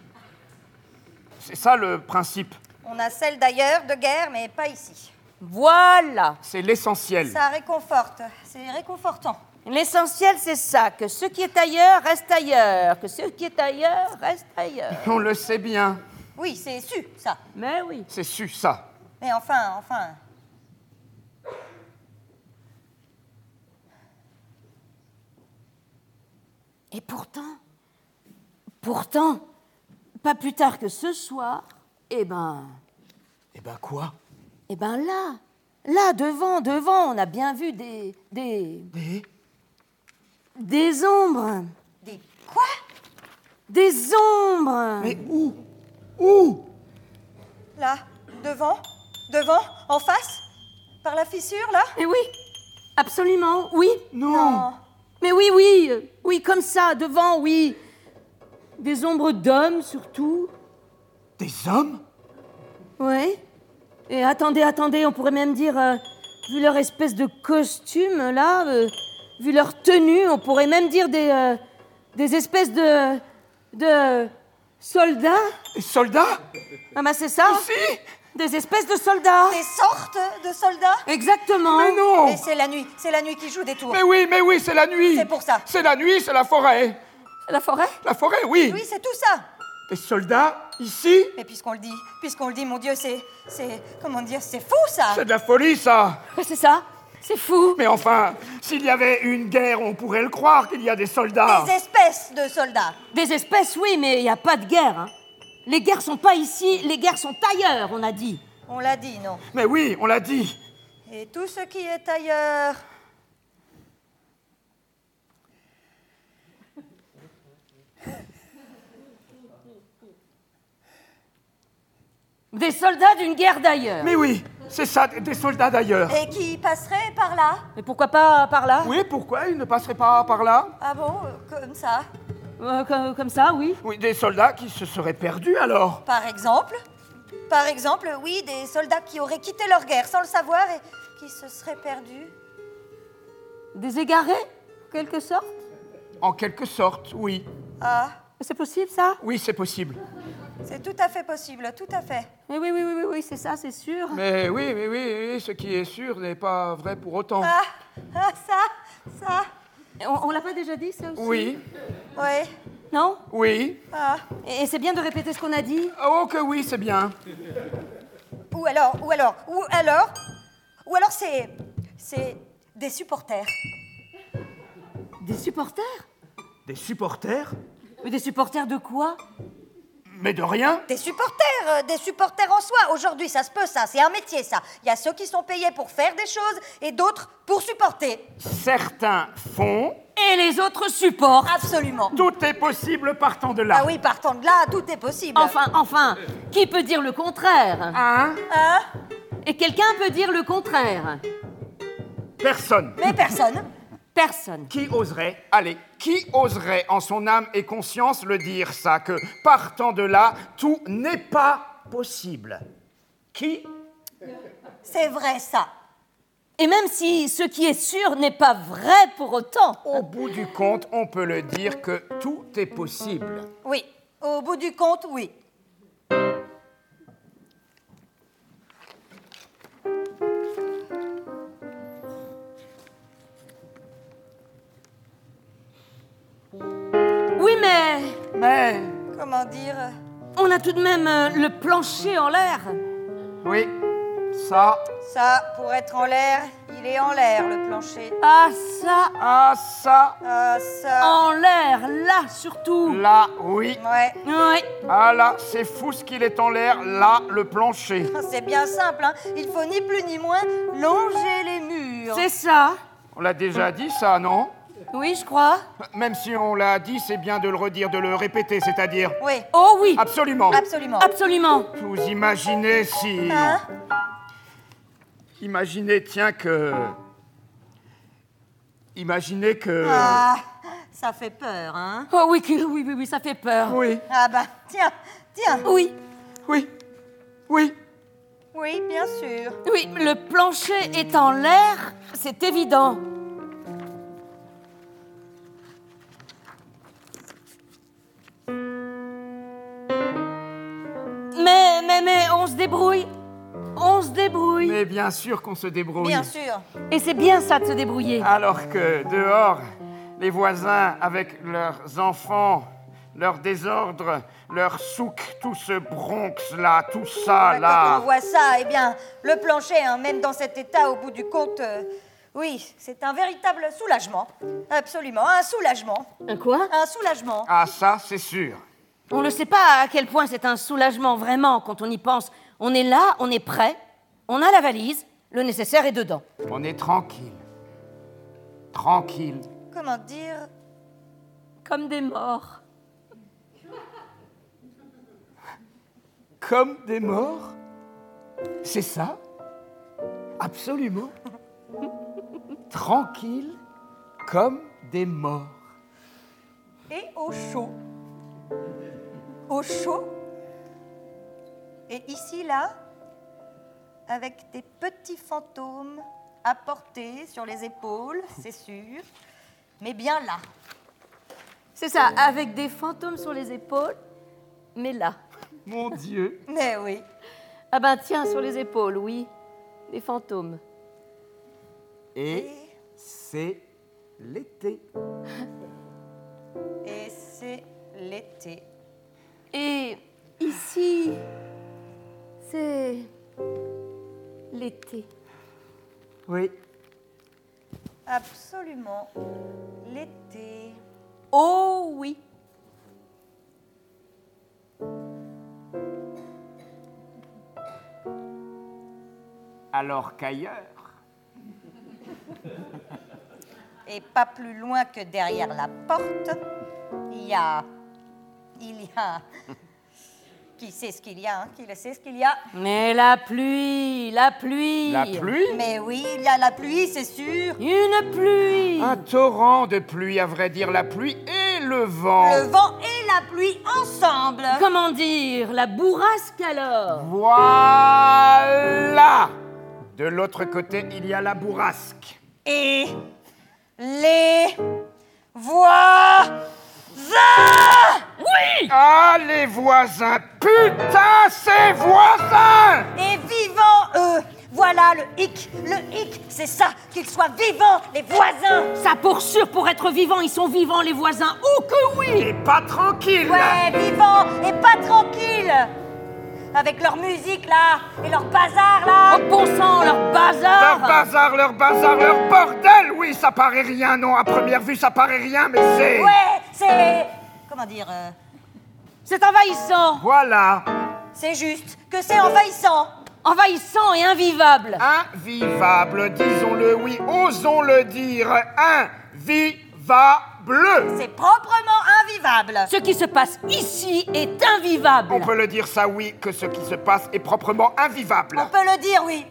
Speaker 3: C'est ça le principe.
Speaker 4: On a celle d'ailleurs de guerre, mais pas ici.
Speaker 2: Voilà.
Speaker 3: C'est l'essentiel.
Speaker 4: Ça réconforte. C'est réconfortant.
Speaker 2: L'essentiel, c'est ça, que ce qui est ailleurs reste ailleurs, que ce qui est ailleurs reste ailleurs.
Speaker 3: On le sait bien.
Speaker 4: Oui, c'est su, ça.
Speaker 2: <laughs> Mais oui.
Speaker 3: C'est su, ça.
Speaker 4: Mais enfin, enfin.
Speaker 6: Et pourtant,
Speaker 2: Pourtant, pas plus tard que ce soir, eh ben,
Speaker 3: Eh ben quoi
Speaker 2: eh ben là, là, devant, devant, on a bien vu des, des,
Speaker 3: Des
Speaker 2: des ombres,
Speaker 4: Des quoi
Speaker 2: des ombres.
Speaker 3: Mais où Où
Speaker 4: Là, devant, devant, en face Par la fissure, là
Speaker 2: Mais oui, absolument, oui.
Speaker 4: Non.
Speaker 2: Mais oui, oui, euh, oui, comme ça, devant, oui. Des ombres d'hommes, surtout.
Speaker 3: Des hommes
Speaker 2: Oui. Et attendez, attendez, on pourrait même dire, euh, vu leur espèce de costume, là, euh, vu leur tenue, on pourrait même dire des, euh, des espèces de... de... soldats
Speaker 3: Des soldats
Speaker 2: Ah bah c'est ça Des espèces de soldats
Speaker 4: Des sortes de soldats
Speaker 2: Exactement
Speaker 3: Mais
Speaker 4: Mais
Speaker 3: Ah non
Speaker 4: c'est la nuit, c'est la nuit qui joue des tours.
Speaker 3: Oh. Mais oui, mais oui, c'est la nuit
Speaker 4: C'est pour ça.
Speaker 3: C'est la nuit, c'est la forêt
Speaker 2: La forêt
Speaker 3: La forêt, oui
Speaker 4: Oui, c'est tout ça.
Speaker 3: Des soldats, ici
Speaker 4: Mais puisqu'on le dit, puisqu'on le dit, mon Dieu, c'est, c'est, comment dire, c'est fou ça.
Speaker 3: C'est de la folie, ça
Speaker 2: Bah, C'est ça C'est fou
Speaker 3: Mais enfin, s'il y avait une guerre, on pourrait le croire qu'il y a des soldats
Speaker 4: Des espèces de soldats.
Speaker 2: Des espèces, oui, mais il n'y a pas de guerre. hein. Les guerres sont pas ici, les guerres sont ailleurs, on a dit.
Speaker 4: On l'a dit, non.
Speaker 3: Mais oui, on l'a dit
Speaker 4: Et tout ce qui est ailleurs.
Speaker 2: Des soldats d'une guerre d'ailleurs.
Speaker 3: Mais oui, c'est ça, des des soldats d'ailleurs
Speaker 4: Et qui passerait par là
Speaker 2: Mais pourquoi pas par là
Speaker 3: Oui, pourquoi ils ne passeraient pas par là
Speaker 4: Ah bon, euh, comme ça.
Speaker 2: Euh, comme, comme ça, oui.
Speaker 3: Oui, des soldats qui se seraient perdus, alors
Speaker 4: Par exemple Par exemple, oui, des soldats qui auraient quitté leur guerre sans le savoir et qui se seraient perdus.
Speaker 2: Des égarés, en quelque sorte.
Speaker 3: En quelque sorte, oui.
Speaker 4: Ah,
Speaker 2: C'est possible, ça
Speaker 3: Oui, c'est possible.
Speaker 4: c'est tout à fait possible, tout à fait.
Speaker 2: Oui, oui, oui, oui, oui, oui, c'est ça, c'est sûr.
Speaker 3: Mais oui, mais oui, oui, ce qui est sûr n'est pas vrai pour autant.
Speaker 4: Ah, ah ça, ça,
Speaker 2: Et On, on l'a pas déjà dit, ça aussi
Speaker 3: Oui,
Speaker 4: oui,
Speaker 2: Non
Speaker 3: oui.
Speaker 4: ah.
Speaker 2: Et, et c'est bien de répéter ce qu'on a dit
Speaker 3: Oh que oui, c'est bien.
Speaker 4: Ou alors, ou alors, ou alors, ou alors c'est, c'est des supporters.
Speaker 2: Des supporters
Speaker 3: Des supporters
Speaker 2: Mais des supporters de quoi
Speaker 3: Mais de rien
Speaker 4: Des supporters, euh, des supporters en soi. Aujourd'hui, ça se peut, ça. C'est un métier, ça. Il y a ceux qui sont payés pour faire des choses et d'autres pour supporter.
Speaker 3: Certains font.
Speaker 2: Et les autres supports
Speaker 4: Oh, Absolument.
Speaker 3: Tout est possible partant de là.
Speaker 4: Ah oui, partant de là, tout est possible.
Speaker 2: Enfin, enfin, qui peut dire le contraire
Speaker 3: Hein
Speaker 4: Hein
Speaker 2: Et quelqu'un peut dire le contraire
Speaker 3: Personne.
Speaker 4: Mais personne.
Speaker 2: Personne.
Speaker 3: Qui oserait, allez, qui oserait en son âme et conscience le dire ça, que partant de là, tout n'est pas possible Qui
Speaker 4: C'est vrai, ça.
Speaker 2: Et même si ce qui est sûr n'est pas vrai pour autant.
Speaker 3: Au bout du compte, on peut le dire que tout est possible.
Speaker 4: Oui. Au bout du compte, oui.
Speaker 2: Oui, mais
Speaker 3: Mais,
Speaker 4: Comment dire euh,
Speaker 2: on a tout de même euh, le plancher en l'air.
Speaker 3: oui, ça,
Speaker 4: Ça, pour être en l'air, il Il est en l'air, le plancher.
Speaker 2: Ah ça,
Speaker 3: Ah ça,
Speaker 4: Ah, ça.
Speaker 2: en l'air, là surtout.
Speaker 3: là, oui.
Speaker 4: Ouais.
Speaker 2: Ouais.
Speaker 3: Ah là, c'est fou ce qu'il est en l'air, là, le plancher.
Speaker 4: C'est bien simple, hein. Il faut ni plus ni moins longer les murs.
Speaker 2: C'est ça.
Speaker 3: On l'a déjà dit ça, non
Speaker 2: Oui, je crois.
Speaker 3: Même si on l'a dit, c'est bien de le redire, de le répéter, c'est-à-dire...
Speaker 4: Oui,
Speaker 2: Oh oui,
Speaker 3: Absolument.
Speaker 4: absolument.
Speaker 2: absolument.
Speaker 3: Vous imaginez si...
Speaker 4: Hein
Speaker 3: Imaginez, tiens, que... Imaginez que...
Speaker 4: Ah, ça fait peur, hein.
Speaker 2: Oh oui, que- oui, oui, oui, ça fait peur.
Speaker 3: Oui,
Speaker 4: Ah bah, tiens, tiens.
Speaker 2: Oui,
Speaker 3: oui, oui.
Speaker 4: Oui, bien sûr.
Speaker 2: oui, le plancher est en l'air, c'est évident. Mais, mais, mais, on se débrouille. On se débrouille.
Speaker 3: Mais bien sûr qu'on se débrouille.
Speaker 4: Bien sûr.
Speaker 2: Et c'est bien ça de se débrouiller.
Speaker 3: Alors que dehors, les voisins, avec leurs enfants, leur désordre, leur souk, tout ce bronx-là, tout ça,
Speaker 4: Ouais, Quand on
Speaker 3: Ah là...
Speaker 4: voit ça, eh bien, le plancher, hein, même dans cet état, au bout du compte, euh, oui, c'est un véritable soulagement. Absolument, un soulagement.
Speaker 2: Un quoi
Speaker 4: Un soulagement.
Speaker 3: Ah ça, c'est sûr.
Speaker 2: On ne sait pas à quel point c'est un soulagement vraiment quand on y pense. On est là, on est prêt, on a la valise, le nécessaire est dedans.
Speaker 3: On est tranquille. Tranquille.
Speaker 4: Comment dire
Speaker 2: Comme des morts.
Speaker 3: Comme des morts C'est ça Absolument. Tranquille comme des morts.
Speaker 4: Et au chaud. Au chaud. Et ici, là, avec des petits fantômes à porter sur les épaules, c'est sûr, mais bien là.
Speaker 2: C'est ça, avec des fantômes sur les épaules, mais là.
Speaker 3: Mon Dieu.
Speaker 4: Mais oui.
Speaker 2: Ah ben tiens, sur les épaules, oui. Des fantômes.
Speaker 3: Et c'est l'été.
Speaker 4: Et c'est l'été.
Speaker 2: Et ici, c'est l'été.
Speaker 3: Oui.
Speaker 4: Absolument. L'été.
Speaker 2: Oh oui.
Speaker 3: Alors qu'ailleurs,
Speaker 4: Et pas plus loin que derrière la porte, il y a. Il y a. <laughs> Qui sait ce qu'il y a, hein Qui le sait ce qu'il y a
Speaker 2: Mais la pluie, la pluie.
Speaker 3: la pluie
Speaker 4: Mais oui, il y a la pluie, c'est sûr.
Speaker 2: Une pluie.
Speaker 3: Un torrent de pluie, à vrai dire, la pluie et le vent.
Speaker 4: Le vent et la pluie ensemble.
Speaker 2: Comment dire La bourrasque alors
Speaker 3: Voilà De l'autre côté, il y a la bourrasque.
Speaker 4: Et les voisins.
Speaker 3: Ah, les voisins Putain, ces voisins
Speaker 4: Et vivants, eux. Voilà le hic. Le hic, c'est ça. Qu'ils soient vivants, les voisins.
Speaker 2: Ça pour sûr, pour être vivant, ils sont vivants les voisins. Oh que oui
Speaker 3: Et pas tranquille
Speaker 4: Ouais, vivants et pas tranquilles. Avec leur musique là et leur bazar là.
Speaker 2: Oh bon sang, leur
Speaker 3: Leur
Speaker 2: bazar
Speaker 3: bazar, leur bazar, leur bordel Oui, ça paraît rien, non, à première vue, ça paraît rien, mais c'est...
Speaker 4: Ouais, c'est. Comment dire euh,
Speaker 2: C'est envahissant
Speaker 3: Voilà,
Speaker 4: C'est juste que c'est envahissant.
Speaker 2: Envahissant et invivable
Speaker 3: invivable, disons-le, oui, osons le dire, invivable
Speaker 4: C'est proprement invivable.
Speaker 2: Ce qui se passe ici est invivable
Speaker 3: On peut le dire ça, oui, que ce qui se passe est proprement invivable.
Speaker 4: On peut le dire, oui.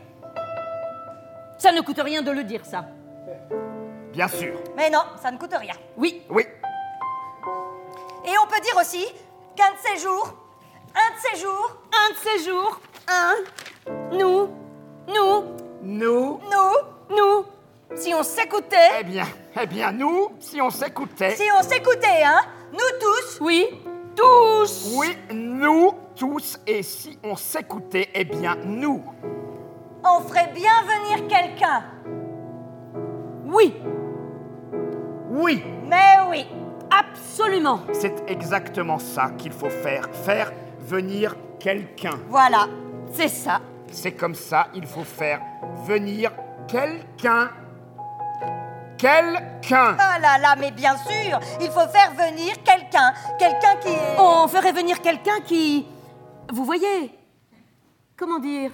Speaker 2: Ça ne coûte rien de le dire, ça.
Speaker 3: Bien sûr,
Speaker 4: Mais non, ça ne coûte rien.
Speaker 2: Oui,
Speaker 3: oui,
Speaker 4: Et on peut dire aussi qu'un de ces jours, un de ces jours,
Speaker 2: un de ces jours, un, nous, nous,
Speaker 3: nous...
Speaker 4: nous,
Speaker 2: nous, si on s'écoutait,
Speaker 3: Eh bien, eh bien, nous, si on s'écoutait...
Speaker 4: si on s'écoutait, hein, nous tous,
Speaker 2: oui, tous
Speaker 3: Oui, nous tous, et si on s'écoutait, eh bien nous.
Speaker 4: on ferait bien venir quelqu'un.
Speaker 2: Oui,
Speaker 3: Oui,
Speaker 4: Mais oui,
Speaker 2: absolument
Speaker 3: c'est exactement ça qu'il faut faire. Faire venir quelqu'un.
Speaker 4: voilà.
Speaker 2: C'est ça
Speaker 3: C'est comme ça, il faut faire venir Quelqu'un. Quelqu'un.
Speaker 4: Ah là là, mais bien sûr, il faut faire venir quelqu'un. Quelqu'un qui est...
Speaker 2: On ferait venir quelqu'un qui... Vous voyez Comment dire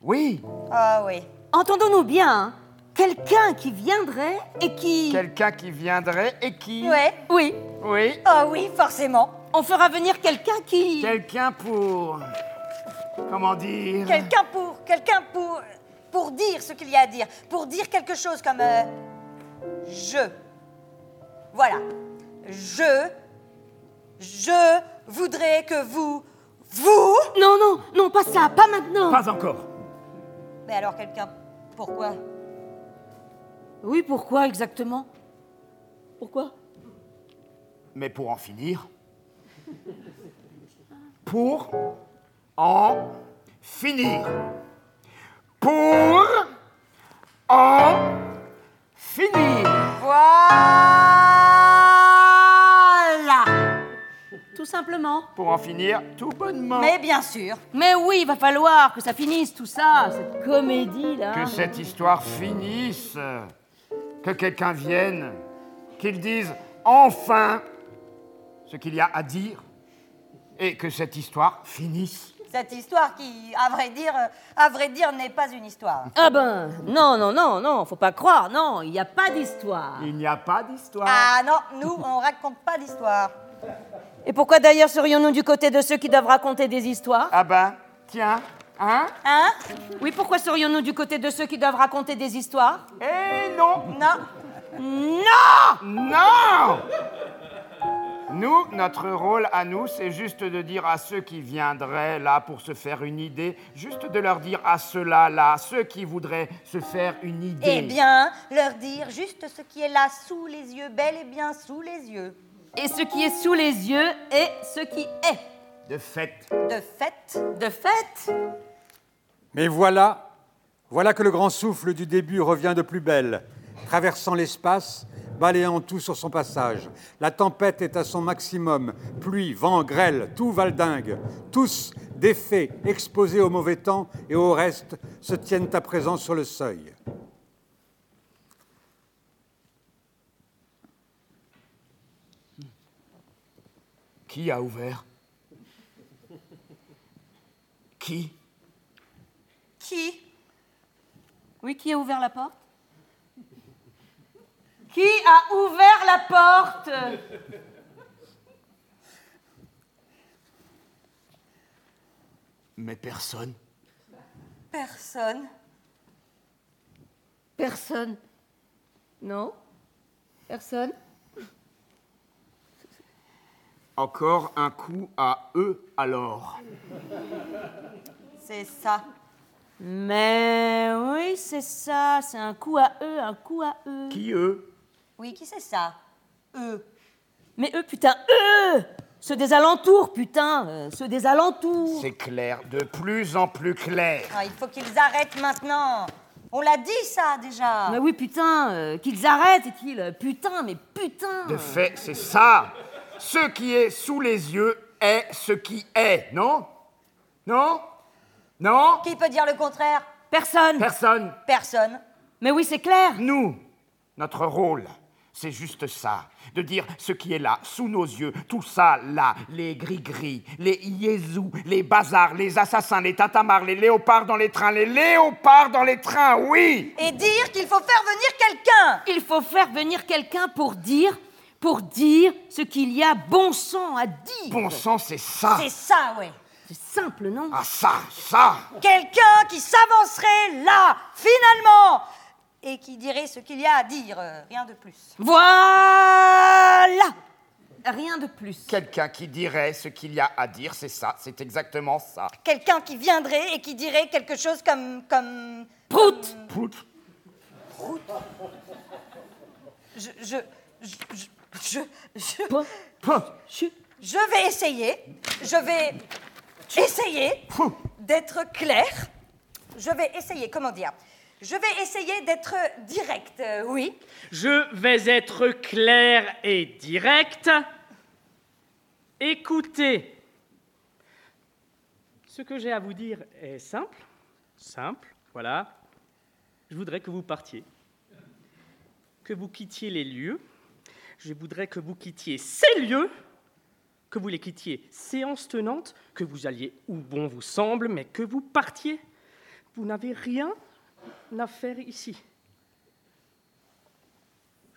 Speaker 3: Oui,
Speaker 4: Ah oui.
Speaker 2: Entendons-nous bien. hein Quelqu'un qui viendrait et qui...
Speaker 3: quelqu'un qui viendrait et qui.
Speaker 4: Ouais.
Speaker 2: Oui,
Speaker 3: Oui.
Speaker 4: Ah oui, forcément.
Speaker 2: on fera venir quelqu'un qui...
Speaker 3: Quelqu'un pour. Comment dire
Speaker 4: Quelqu'un pour... Quelqu'un pour... Pour dire ce qu'il y a à dire. Pour dire quelque chose comme... euh, je. Voilà. Je... Je voudrais que vous... Vous...
Speaker 2: Non, non, non, pas ça, pas maintenant.
Speaker 3: Pas encore.
Speaker 4: Mais alors quelqu'un... Pourquoi
Speaker 2: Oui, pourquoi exactement Pourquoi
Speaker 3: Mais pour en finir. Pour en finir. Pour en finir.
Speaker 2: Tout simplement.
Speaker 3: Pour en finir tout bonnement.
Speaker 4: Mais bien sûr.
Speaker 2: Mais oui, il va falloir que ça finisse tout ça, cette comédie là.
Speaker 3: Que cette histoire finisse. Que quelqu'un vienne. Qu'il dise enfin ce qu'il y a à dire. Et que cette histoire finisse.
Speaker 4: Cette histoire qui, à vrai dire, euh, à vrai dire, n'est pas une histoire.
Speaker 2: Ah ben, non, non, non, non, faut pas croire, non, il n'y a pas d'histoire.
Speaker 3: Il n'y a pas d'histoire.
Speaker 4: Ah non, nous, on raconte pas d'histoire.
Speaker 2: Et pourquoi d'ailleurs serions-nous du côté de ceux qui doivent raconter des histoires
Speaker 3: Ah ben, tiens, hein
Speaker 4: Hein
Speaker 2: Oui, pourquoi serions-nous du côté de ceux qui doivent raconter des histoires
Speaker 3: Eh non
Speaker 4: Non.
Speaker 2: Hmm.
Speaker 3: Non Nous, notre rôle à nous, c'est juste de dire à ceux qui viendraient là pour se faire une idée, juste de leur dire à ceux-là, là, ceux qui voudraient se faire une idée.
Speaker 4: Eh bien, leur dire juste ce qui est là sous les yeux, bel et bien sous les yeux.
Speaker 2: Et ce qui est sous les yeux est ce qui est.
Speaker 3: De fait,
Speaker 4: De fait,
Speaker 2: De fait,
Speaker 5: Mais voilà, voilà que le grand souffle du début revient de plus belle, traversant l'espace, balayant tout sur son passage. La tempête est à son maximum, pluie, vent, grêle, tout valdingue. Tous, défaits, exposés au mauvais temps et au reste, se tiennent à présent sur le seuil.
Speaker 3: qui a ouvert Qui
Speaker 4: qui
Speaker 2: Oui, qui a ouvert la porte Qui a ouvert la porte
Speaker 3: Mais personne.
Speaker 4: Personne.
Speaker 2: Personne. Non Personne
Speaker 3: Encore un coup à eux alors.
Speaker 4: C'est ça.
Speaker 2: Mais oui, c'est ça, c'est un coup à eux, un coup à eux.
Speaker 3: Qui eux
Speaker 4: Oui, qui c'est ça Eux.
Speaker 2: Mais eux, putain, eux Ceux des alentours, putain, euh, ceux des alentours.
Speaker 3: C'est clair, de plus en plus clair.
Speaker 4: Ah, il faut qu'ils arrêtent maintenant. On l'a dit ça déjà.
Speaker 2: Mais oui, putain, euh, qu'ils arrêtent et qu'ils... euh, Putain, mais putain
Speaker 3: De fait, c'est ça. Ce qui est sous les yeux est ce qui est, non Non Non
Speaker 4: Qui peut dire le contraire
Speaker 2: Personne
Speaker 3: Personne.
Speaker 4: Personne.
Speaker 2: Mais oui, c'est clair
Speaker 3: Nous, notre rôle, c'est juste ça. De dire ce qui est là, sous nos yeux, tout ça là, les gris-gris, les yézous, les bazars, les assassins, les tatamars, les léopards dans les trains, les léopards dans les trains, oui
Speaker 4: Et dire qu'il faut faire venir quelqu'un.
Speaker 2: Il faut faire venir quelqu'un pour dire, pour dire ce qu'il y a bon sang à dire.
Speaker 3: Bon sang, c'est ça
Speaker 4: C'est ça, ouais.
Speaker 2: C'est simple, non
Speaker 3: Ah ça, ça
Speaker 4: Quelqu'un qui s'avancerait là, finalement, et qui dirait ce qu'il y a à dire, euh, rien de plus.
Speaker 2: Voilà Rien de plus.
Speaker 3: Quelqu'un qui dirait ce qu'il y a à dire, c'est ça, c'est exactement ça.
Speaker 4: Quelqu'un qui viendrait et qui dirait quelque chose comme comme
Speaker 2: Prout
Speaker 3: Pout.
Speaker 4: je je je je, je, je,
Speaker 2: Po-
Speaker 3: Pout.
Speaker 2: chu-
Speaker 4: je vais essayer, je vais essayer d'être clair. Je vais essayer, comment dire Je vais essayer d'être direct, euh, oui.
Speaker 7: Je vais être clair et direct. Écoutez. Ce que j'ai à vous dire est simple. Simple, voilà. je voudrais que vous partiez, que vous quittiez les lieux, je voudrais que vous quittiez ces lieux, que vous les quittiez séance tenante, que vous alliez où bon vous semble, mais que vous partiez. Vous n'avez rien à faire ici.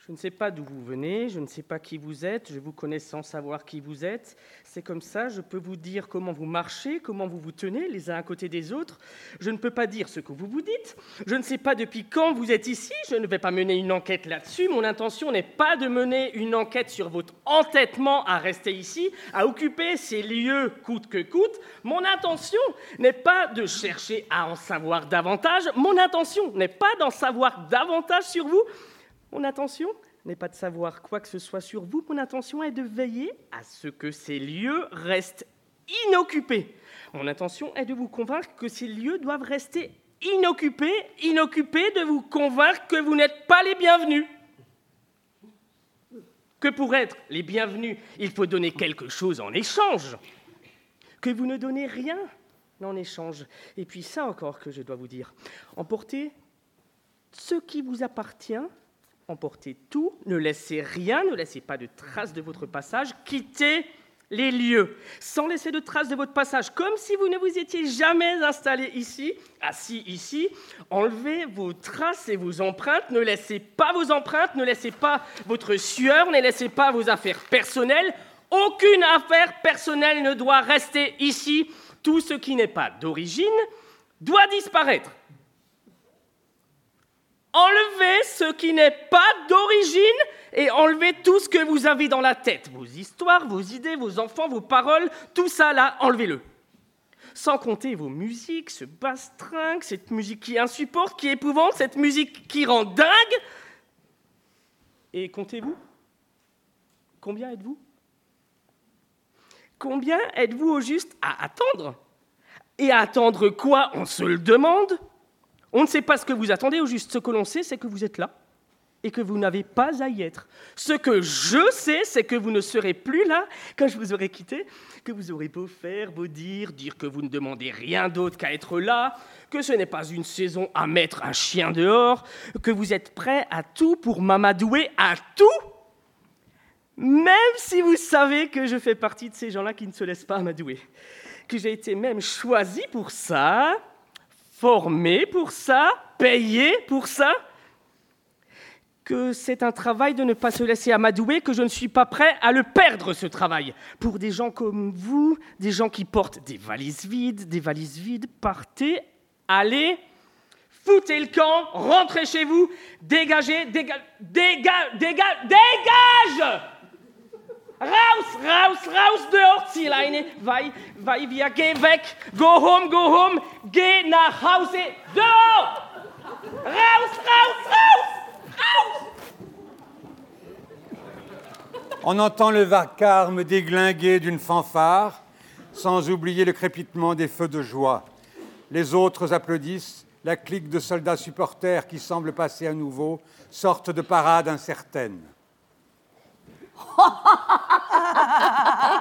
Speaker 7: Je ne sais pas d'où vous venez, je ne sais pas qui vous êtes, je vous connais sans savoir qui vous êtes. C'est comme ça, je peux vous dire comment vous marchez, comment vous vous tenez les uns à côté des autres. Je ne peux pas dire ce que vous vous dites. Je ne sais pas depuis quand vous êtes ici, je ne vais pas mener une enquête là-dessus. Mon intention n'est pas de mener une enquête sur votre entêtement à rester ici, à occuper ces lieux coûte que coûte. Mon intention n'est pas de chercher à en savoir davantage. Mon intention n'est pas d'en savoir davantage sur vous. Mon intention n'est pas de savoir quoi que ce soit sur vous, mon intention est de veiller à ce que ces lieux restent inoccupés. Mon intention est de vous convaincre que ces lieux doivent rester inoccupés, inoccupés, de vous convaincre que vous n'êtes pas les bienvenus. Que pour être les bienvenus, il faut donner quelque chose en échange. Que vous ne donnez rien en échange. Et puis ça encore que je dois vous dire. Emportez ce qui vous appartient emportez tout, ne laissez rien, ne laissez pas de traces de votre passage, quittez les lieux, sans laisser de traces de votre passage, comme si vous ne vous étiez jamais installé ici, assis ici, enlevez vos traces et vos empreintes, ne laissez pas vos empreintes, ne laissez pas votre sueur, ne laissez pas vos affaires personnelles, aucune affaire personnelle ne doit rester ici, tout ce qui n'est pas d'origine doit disparaître. Enlevez ce qui n'est pas d'origine et enlevez tout ce que vous avez dans la tête. Vos histoires, vos idées, vos enfants, vos paroles, tout ça là, enlevez-le. Sans compter vos musiques, ce bastringue, cette musique qui insupporte, qui épouvante, cette musique qui rend dingue. Et comptez-vous Combien êtes-vous Combien êtes-vous au juste à attendre Et à attendre quoi On se le demande on ne sait pas ce que vous attendez, au juste ce que l'on sait, c'est que vous êtes là et que vous n'avez pas à y être. Ce que je sais, c'est que vous ne serez plus là quand je vous aurai quitté, que vous aurez beau faire, beau dire, dire que vous ne demandez rien d'autre qu'à être là, que ce n'est pas une saison à mettre un chien dehors, que vous êtes prêt à tout pour m'amadouer, à tout, même si vous savez que je fais partie de ces gens-là qui ne se laissent pas amadouer, que j'ai été même choisi pour ça, formé pour ça, payé pour ça, que c'est un travail de ne pas se laisser amadouer, que je ne suis pas prêt à le perdre, ce travail. Pour des gens comme vous, des gens qui portent des valises vides, des valises vides, partez, allez, foutez le camp, rentrez chez vous, dégagez, dégagez, dégagez, dégage, dégage Raus, raus, raus dehors, Zieleine. Weil, weil wir, geh weg. Go home, go home. Geh nach Hause. Dehors Raus, raus, raus Raus
Speaker 5: On entend le vacarme déglinguer d'une fanfare, sans oublier le crépitement des feux de joie. Les autres applaudissent, la clique de soldats supporters qui semblent passer à nouveau, sorte de parade incertaine.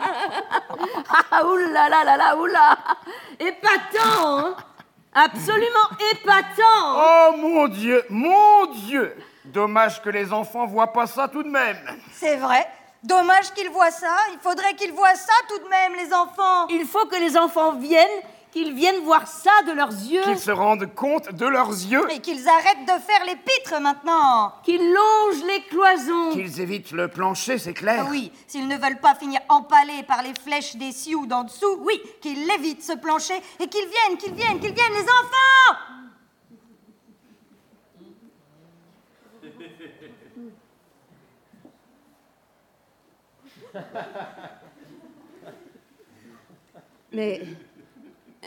Speaker 8: Ah, oula là là là, oula Épatant, hein Absolument épatant
Speaker 9: Oh mon Dieu, mon Dieu Dommage que les enfants voient pas ça tout de même.
Speaker 4: C'est vrai. Dommage qu'ils voient ça. Il faudrait qu'ils voient ça tout de même, les enfants.
Speaker 8: Il faut que les enfants viennent, qu'ils viennent voir ça de leurs yeux,
Speaker 9: Qu'ils se rendent compte de leurs yeux,
Speaker 4: Et qu'ils arrêtent de faire les pitres maintenant.
Speaker 8: qu'ils longent les cloisons.
Speaker 9: qu'ils évitent le plancher, c'est
Speaker 3: Euh.
Speaker 9: clair.
Speaker 4: Ah Oui, s'ils ne veulent pas finir empalés par les flèches des sioux d'en dessous, oui, qu'ils l'évitent ce plancher et qu'ils viennent, qu'ils viennent, qu'ils viennent, les enfants
Speaker 8: Mais.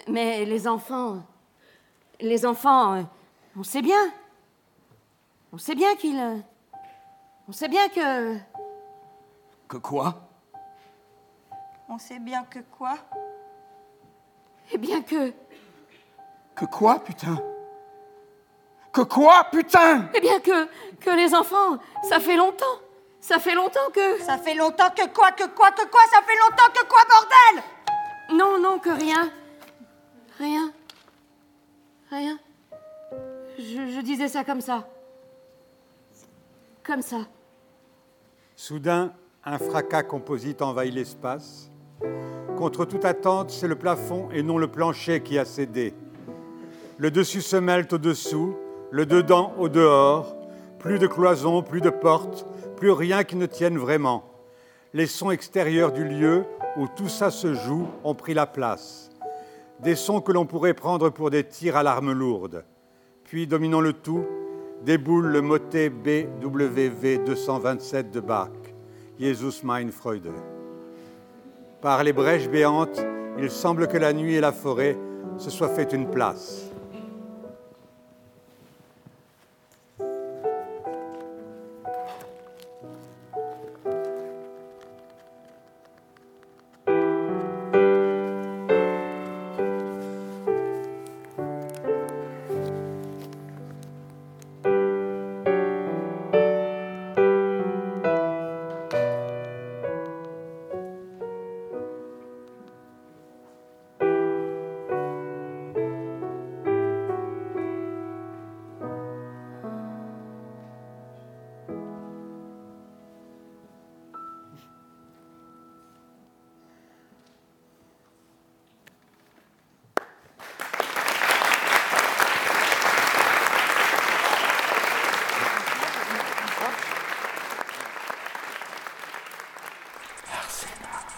Speaker 8: Mais les enfants. Les enfants, euh, on sait bien. On sait bien qu'ils. euh, On sait bien que.
Speaker 9: Que quoi
Speaker 4: On sait bien que quoi
Speaker 8: Eh bien que.
Speaker 9: Que quoi, putain Que quoi, putain
Speaker 8: Eh bien que. Que les enfants, ça fait longtemps. Ça fait longtemps que.
Speaker 4: Ça fait longtemps que quoi, que quoi, que quoi Ça fait longtemps que quoi, bordel
Speaker 8: Non, non, que rien. Rien. Rien. Je, je disais ça comme ça. Comme ça.
Speaker 5: Soudain, un fracas composite envahit l'espace. Contre toute attente, c'est le plafond et non le plancher qui a cédé. Le dessus se mêle au dessous, le dedans au dehors. Plus de cloisons, plus de portes, plus rien qui ne tienne vraiment. Les sons extérieurs du lieu où tout ça se joue ont pris la place. Des sons que l'on pourrait prendre pour des tirs à l'arme lourde. Puis, dominant le tout, déboule le motet BWV 227 de Bach, Jesus mein Freude. Par les brèches béantes, il semble que la nuit et la forêt se soient fait une place.
Speaker 9: Arsenal.